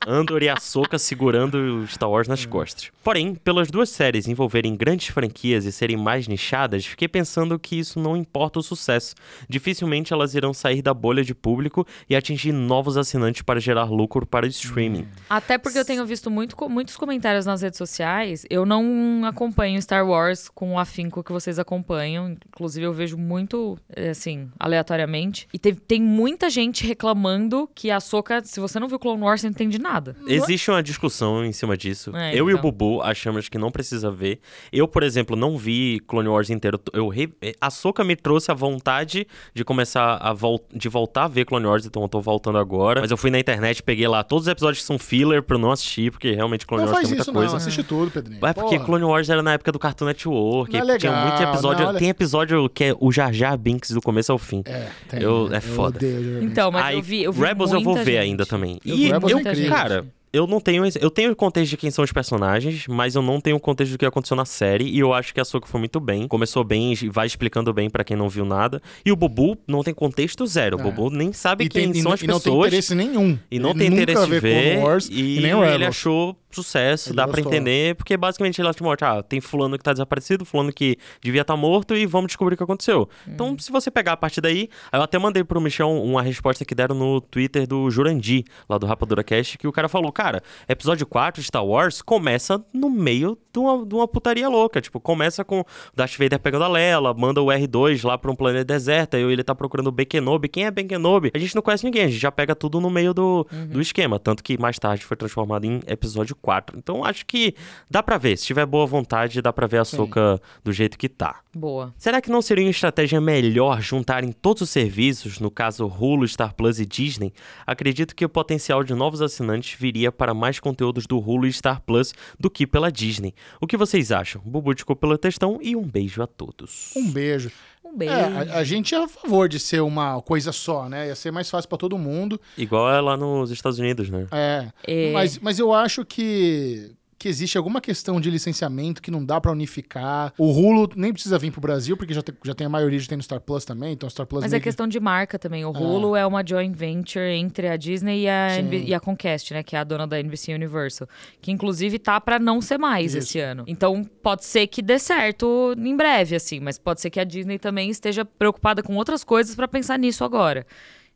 Andor e Ahsoka segurando o Star Wars Hum. nas costas. Porém, pelas duas séries envolverem grandes franquias e serem mais nichadas, fiquei pensando que isso não importa o sucesso. Dificilmente elas irão sair da bolha de público e atingir novos assinantes para gerar lucro para o streaming. Até porque eu tenho visto muito, co- muitos comentários nas redes sociais. Eu não acompanho Star Wars com o afinco que vocês acompanham. Inclusive, eu vejo muito, eh, assim, aleatoriamente. E teve- tem muita gente reclamando que a Soca, se você não viu Clone Wars, você não entende nada. Uhum. Existe uma discussão em cima disso. É, eu e o então. Bubu achamos que não precisa ver. Eu, por exemplo, não vi Clone Wars inteiro. Eu re... A Soca me trouxe a vontade de começar a vol... de voltar a ver Clone Wars, então eu tô voltando agora. Mas eu fui na internet, peguei lá todos os episódios que são filler pra eu não assistir, porque realmente Clone Não Wars faz tem muita isso, coisa. não. né? Assiste tudo, Pedrinho. É porque Porra. Clone Wars era na época do Cartoon Network. Não é e tinha legal, muito episódio. não, olha- Tem episódio que é o Jar Jar Binks do começo ao fim. É, tem, Eu- né? é foda. odeio o Jordan Então, mas Aí, eu vi, eu vi Rebels eu muita vou ver gente. ainda também. Eu- E Rebels eu, é incrível. cara, eu não tenho esse- eu tenho o contexto de quem são os personagens, mas eu não tenho o contexto do que aconteceu na série e eu acho que a Soca foi muito bem, começou bem e vai explicando bem pra quem não viu nada. E o Bubu não tem contexto zero, o É. Bubu nem sabe E quem tem- e são não- as e não tem pessoas. interesse nenhum. E não Ele tem nunca interesse vê em ver. Clone Wars e e nem ele Rebels. achou sucesso, Ele dá pra gostou. entender, porque é basicamente ele acha morto. Ah, tem fulano que tá desaparecido, fulano que devia estar morto e vamos descobrir o que aconteceu. Então, se você pegar a partir daí, aí eu até mandei pro Michão uma resposta que deram no Twitter do Jurandir, lá do Rapadura Cast, que o cara falou: Cara, episódio 4 de Star Wars começa no meio de uma, de uma putaria louca. Tipo, começa com o Darth Vader pegando a Lela, manda o R2 lá pra um planeta deserto, aí ele tá procurando o Ben Kenobi. Quem é Ben Kenobi? A gente não conhece ninguém, a gente já pega tudo no meio do, do esquema. Tanto que mais tarde foi transformado em episódio 4. Então acho que dá pra ver. Se tiver boa vontade, dá pra ver a soca do jeito que tá. Boa. Será que não seria uma estratégia melhor juntarem todos os serviços, no caso Hulu, Star Plus e Disney? Acredito que o potencial de novos assinantes viria para mais conteúdos do Hulu e Star Plus do que pela Disney. O que vocês acham? Bubu ficou pela textão e um beijo a todos. Um beijo. Um beijo. É, a, a gente é a favor de ser uma coisa só, né? Ia ser mais fácil pra todo mundo. Igual é lá nos Estados Unidos, né? É. É. Mas, mas eu acho que, que existe alguma questão de licenciamento que não dá pra unificar. O Hulu nem precisa vir pro Brasil, porque já tem, já tem a maioria já tem no Star Plus também, então o Star Plus Mas é meio que- questão de marca também. O Hulu é uma joint venture entre a Disney e a, Ah. Sim. NB e a Comcast, né? Que é a dona da NBC Universal. Que inclusive tá pra não ser mais Isso. esse ano. Então pode ser que dê certo em breve, assim. Mas pode ser que a Disney também esteja preocupada com outras coisas pra pensar nisso agora.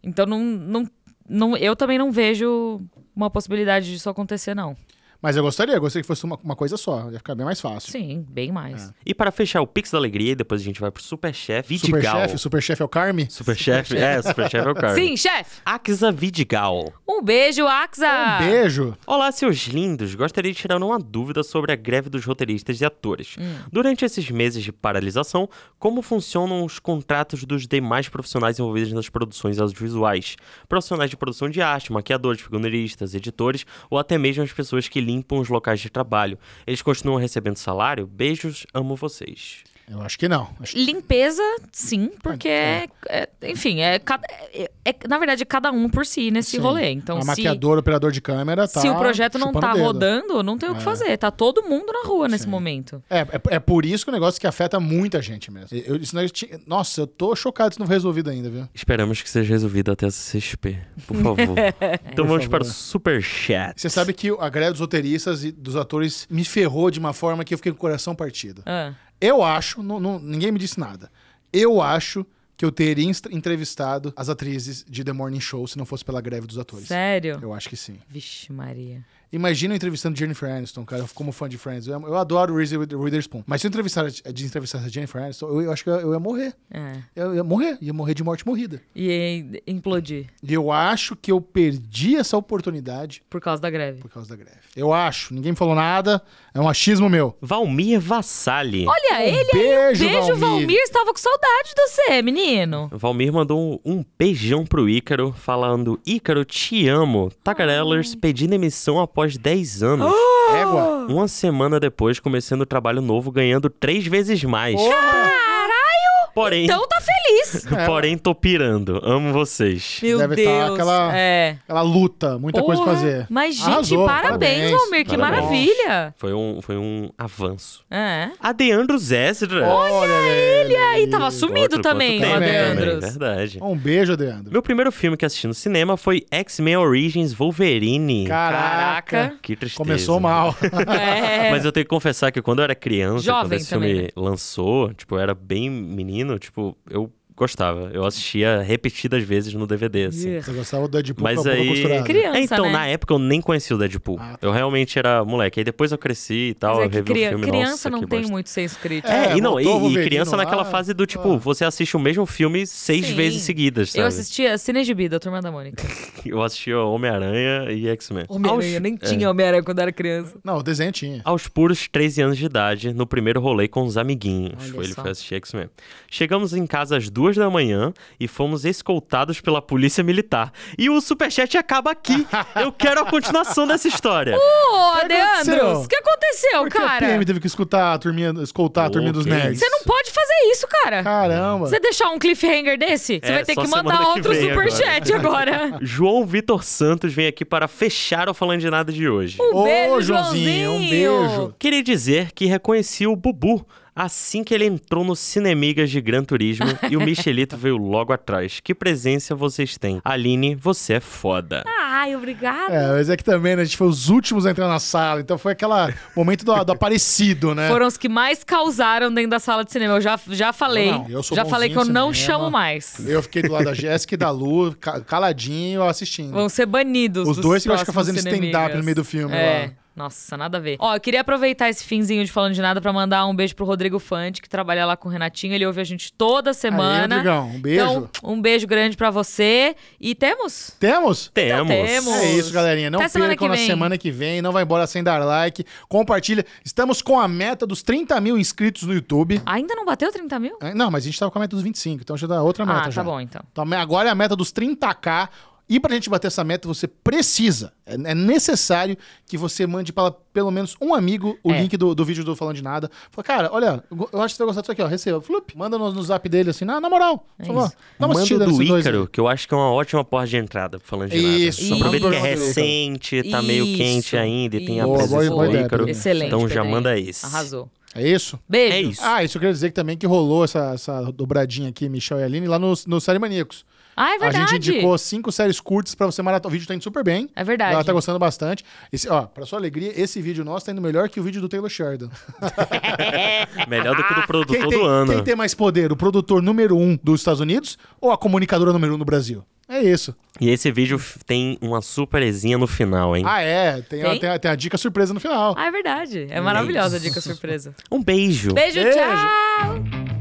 Então não, não, não- eu também não vejo uma possibilidade disso acontecer, não. Mas eu gostaria, eu gostaria que fosse uma, uma coisa só, ia ficar bem mais fácil. Sim, bem mais. E para fechar o Pix da Alegria, e depois a gente vai pro Superchef Vidigal. Superchef, Superchef é o Carme? Superchef, é, Superchef é o cara. Sim, chefe! Axa Vidigal. Um beijo, Axa! Um beijo. Olá, seus lindos! Gostaria de tirar uma dúvida sobre a greve dos roteiristas e atores. Durante esses meses de paralisação, como funcionam os contratos dos demais profissionais envolvidos nas produções audiovisuais? Profissionais de produção de arte, maquiadores, figurinistas, editores ou até mesmo as pessoas que limpam os locais de trabalho. Eles continuam recebendo salário? Beijos, amo vocês. Eu acho que não. Acho que- Limpeza, sim, porque, é- enfim, é, cada- é- é- na verdade, é cada um por si nesse Sim. rolê. Então, a se, maquiadora, operador de câmera, tá se o projeto não chupando tá o dedo. rodando, não tem o que É. fazer. Tá todo mundo na rua nesse momento. É, é, é por isso que o negócio que afeta muita gente mesmo. Eu, isso não- eu tinha- nossa, eu tô chocado se não foi resolvido ainda, viu? Esperamos que seja resolvido até a CCXP, por favor. <laughs> então Por vamos favor. para o Superchat. Você sabe que a greve dos roteiristas e dos atores me ferrou de uma forma que eu fiquei com o coração partido. Ah, Eu acho, não- não- ninguém me disse nada. Eu acho que eu teria inst- entrevistado as atrizes de The Morning Show se não fosse pela greve dos atores. sério? Eu acho que sim. Vixe, Maria. Imagina eu entrevistando Jennifer Aniston, cara, eu- como fã de Friends. Eu, eu adoro Reese With- Witherspoon. Mas se eu entrevistasse de entrevistar a Jennifer Aniston, eu, eu acho que eu, eu ia morrer. É. Eu ia morrer, ia morrer de morte morrida. E aí, implodir E eu acho que eu perdi essa oportunidade por causa da greve. por causa da greve. Eu acho, ninguém me falou nada, é um achismo meu. Valmir Vassalli. Olha, ele beijo, aí. Beijo, Valmir. Estava com saudade de você, menino. Valmir mandou um beijão pro Ícaro, falando: Ícaro, te amo. Tagarellers pedindo emissão após 10 anos. Oh. Égua. Uma semana depois, começando o trabalho novo, ganhando três vezes mais. Porra. Oh. Porém, Então tá feliz. É. <laughs> Porém, tô pirando. Amo vocês. Meu Deve tá Deus. aquela- É. Ela luta, muita coisa pra Porra, fazer. Mas, gente, Arrasou, parabéns, parabéns, Almir, que parabéns. maravilha. Foi um, foi um avanço. É. A Deandros Ezra. Olha ele Aí tava Oh, sumido Outro também, quanto o tempo também, Leandros. Verdade. Um beijo, Deandro. Meu primeiro filme que assisti no cinema foi X-Men Origins Wolverine. Caraca. Caraca. que tristeza. Começou <laughs> mal. É. <laughs> Mas eu tenho que confessar que quando eu era criança, quando Jovem esse também, filme né? lançou, tipo, eu era bem menino, tipo, eu gostava. Eu assistia repetidas vezes no DVD, assim. Ih, Você gostava do Deadpool um Mas com a aí- costurada. Criança, É, então, né? na época eu nem conhecia o Deadpool. Ah, Eu realmente era moleque. Aí depois eu cresci e tal, Mas é Então, eu que revi cria- o filme. criança nossa, não que tem bosta. muito senso crítico. É, É, e não, e, voltou o e Wolverino criança lá. naquela fase do tipo, Ah. você assiste o mesmo filme seis Sim. vezes seguidas, sabe? Eu assistia Cinegibi, da Turma <laughs> da Mônica. Eu assistia Homem-Aranha e X-Men. Homem-Aranha, Aos- eu nem é. tinha Homem-Aranha quando era criança. Não, o desenho tinha. Aos puros 13 anos de idade, no primeiro rolê com os amiguinhos. Olha Ele só. foi assistir X-Men. Chegamos em casa às duas da manhã e fomos escoltados pela polícia militar. E o superchat acaba aqui. Eu quero a continuação dessa história. Ô, que aconteceu? Deandros, o que aconteceu, Por que a cara? PM teve que escutar a turminha, escoltar a Pô, turminha dos que nerds. Você não pode fazer isso, cara. Caramba. Você deixar um cliffhanger desse, você É, vai ter só que mandar semana que outro vem agora. <laughs> superchat agora. João Vitor Santos vem aqui para fechar o Falando de Nada de hoje. Um Ô, beijo, Joãozinho, um beijo. Queria dizer que reconheci o Bubu assim que ele entrou no Cinemigas de Gran Turismo e o Michelito veio logo atrás. Que presença vocês têm. Aline, você é foda. Ai, obrigada. É, mas é que também, né, a gente foi os últimos a entrar na sala, então foi aquela momento do, do aparecido, né? Foram os que mais causaram dentro da sala de cinema. Eu já, já falei. Não, eu sou já bonzinho falei que eu de não cinema. chamo mais. Eu fiquei do lado da Jéssica e da Lu, ca- caladinho, assistindo. Vão ser banidos. Os dos dois que eu acho que é próximos fazendo stand-up Cinemigas. no meio do filme É. lá. Nossa, nada a ver. Ó, eu queria aproveitar esse finzinho de falando de nada pra mandar um beijo pro Rodrigo Fante, que trabalha lá com o Renatinho. Ele ouve a gente toda semana. Aí, Rodrigão, um beijo. Então, um beijo grande pra você. E temos? Temos? Temos. temos. É isso, galerinha. Não Até semana percam que na vem. semana que vem. Não vai embora sem dar like. Compartilha. Estamos com a meta dos 30 mil inscritos no YouTube. Ainda não bateu 30 mil? É, Não, mas a gente tava com a meta dos 25, então já dá outra meta ah, tá já. bom então. Então agora é a meta dos 30k. E pra gente bater essa meta, você precisa, é é necessário que você mande para pelo menos um amigo o É. link do, do vídeo do Falando de Nada. Fala, cara, olha, eu go- eu acho que você vai gostar disso aqui, ó. Receba. Flup, manda no, no zap dele assim, na, na moral. por favor, É isso. dá uma Manda assistida do nesses dois aí." Ícaro, que eu acho que é uma ótima porta de entrada pro falando de nada. Isso, Aproveita que é manda do Ícaro. recente, tá meio Isso, quente ainda e tem a isso. presença Boa, boa do ideia, Ícaro. Pedrinho. Excelente. Então já Pedrinho. manda esse. Arrasou. É isso? Beijo. É isso. Ah, isso eu queria dizer que também que rolou essa, essa dobradinha aqui, Michel e Aline, lá no, no Série Maníacos. Ah, é a verdade. gente indicou cinco séries curtas pra você maratonar. O vídeo tá indo super bem. É verdade. Ela tá gostando bastante. Esse, ó, pra sua alegria, esse vídeo nosso tá indo melhor que o vídeo do Taylor Sheridan. Melhor do que o do produtor quem, do tem, Tipo, ano. quem tem mais poder, o produtor número um dos Estados Unidos ou a comunicadora número um do Brasil? É isso. E esse vídeo f- tem uma surpresinha no final, hein? Ah, é. Tem, a- Tem? tem a, tem a dica surpresa no final. É Ah, é verdade. É maravilhosa a dica surpresa. Um beijo. Beijo, Beijo. tchau!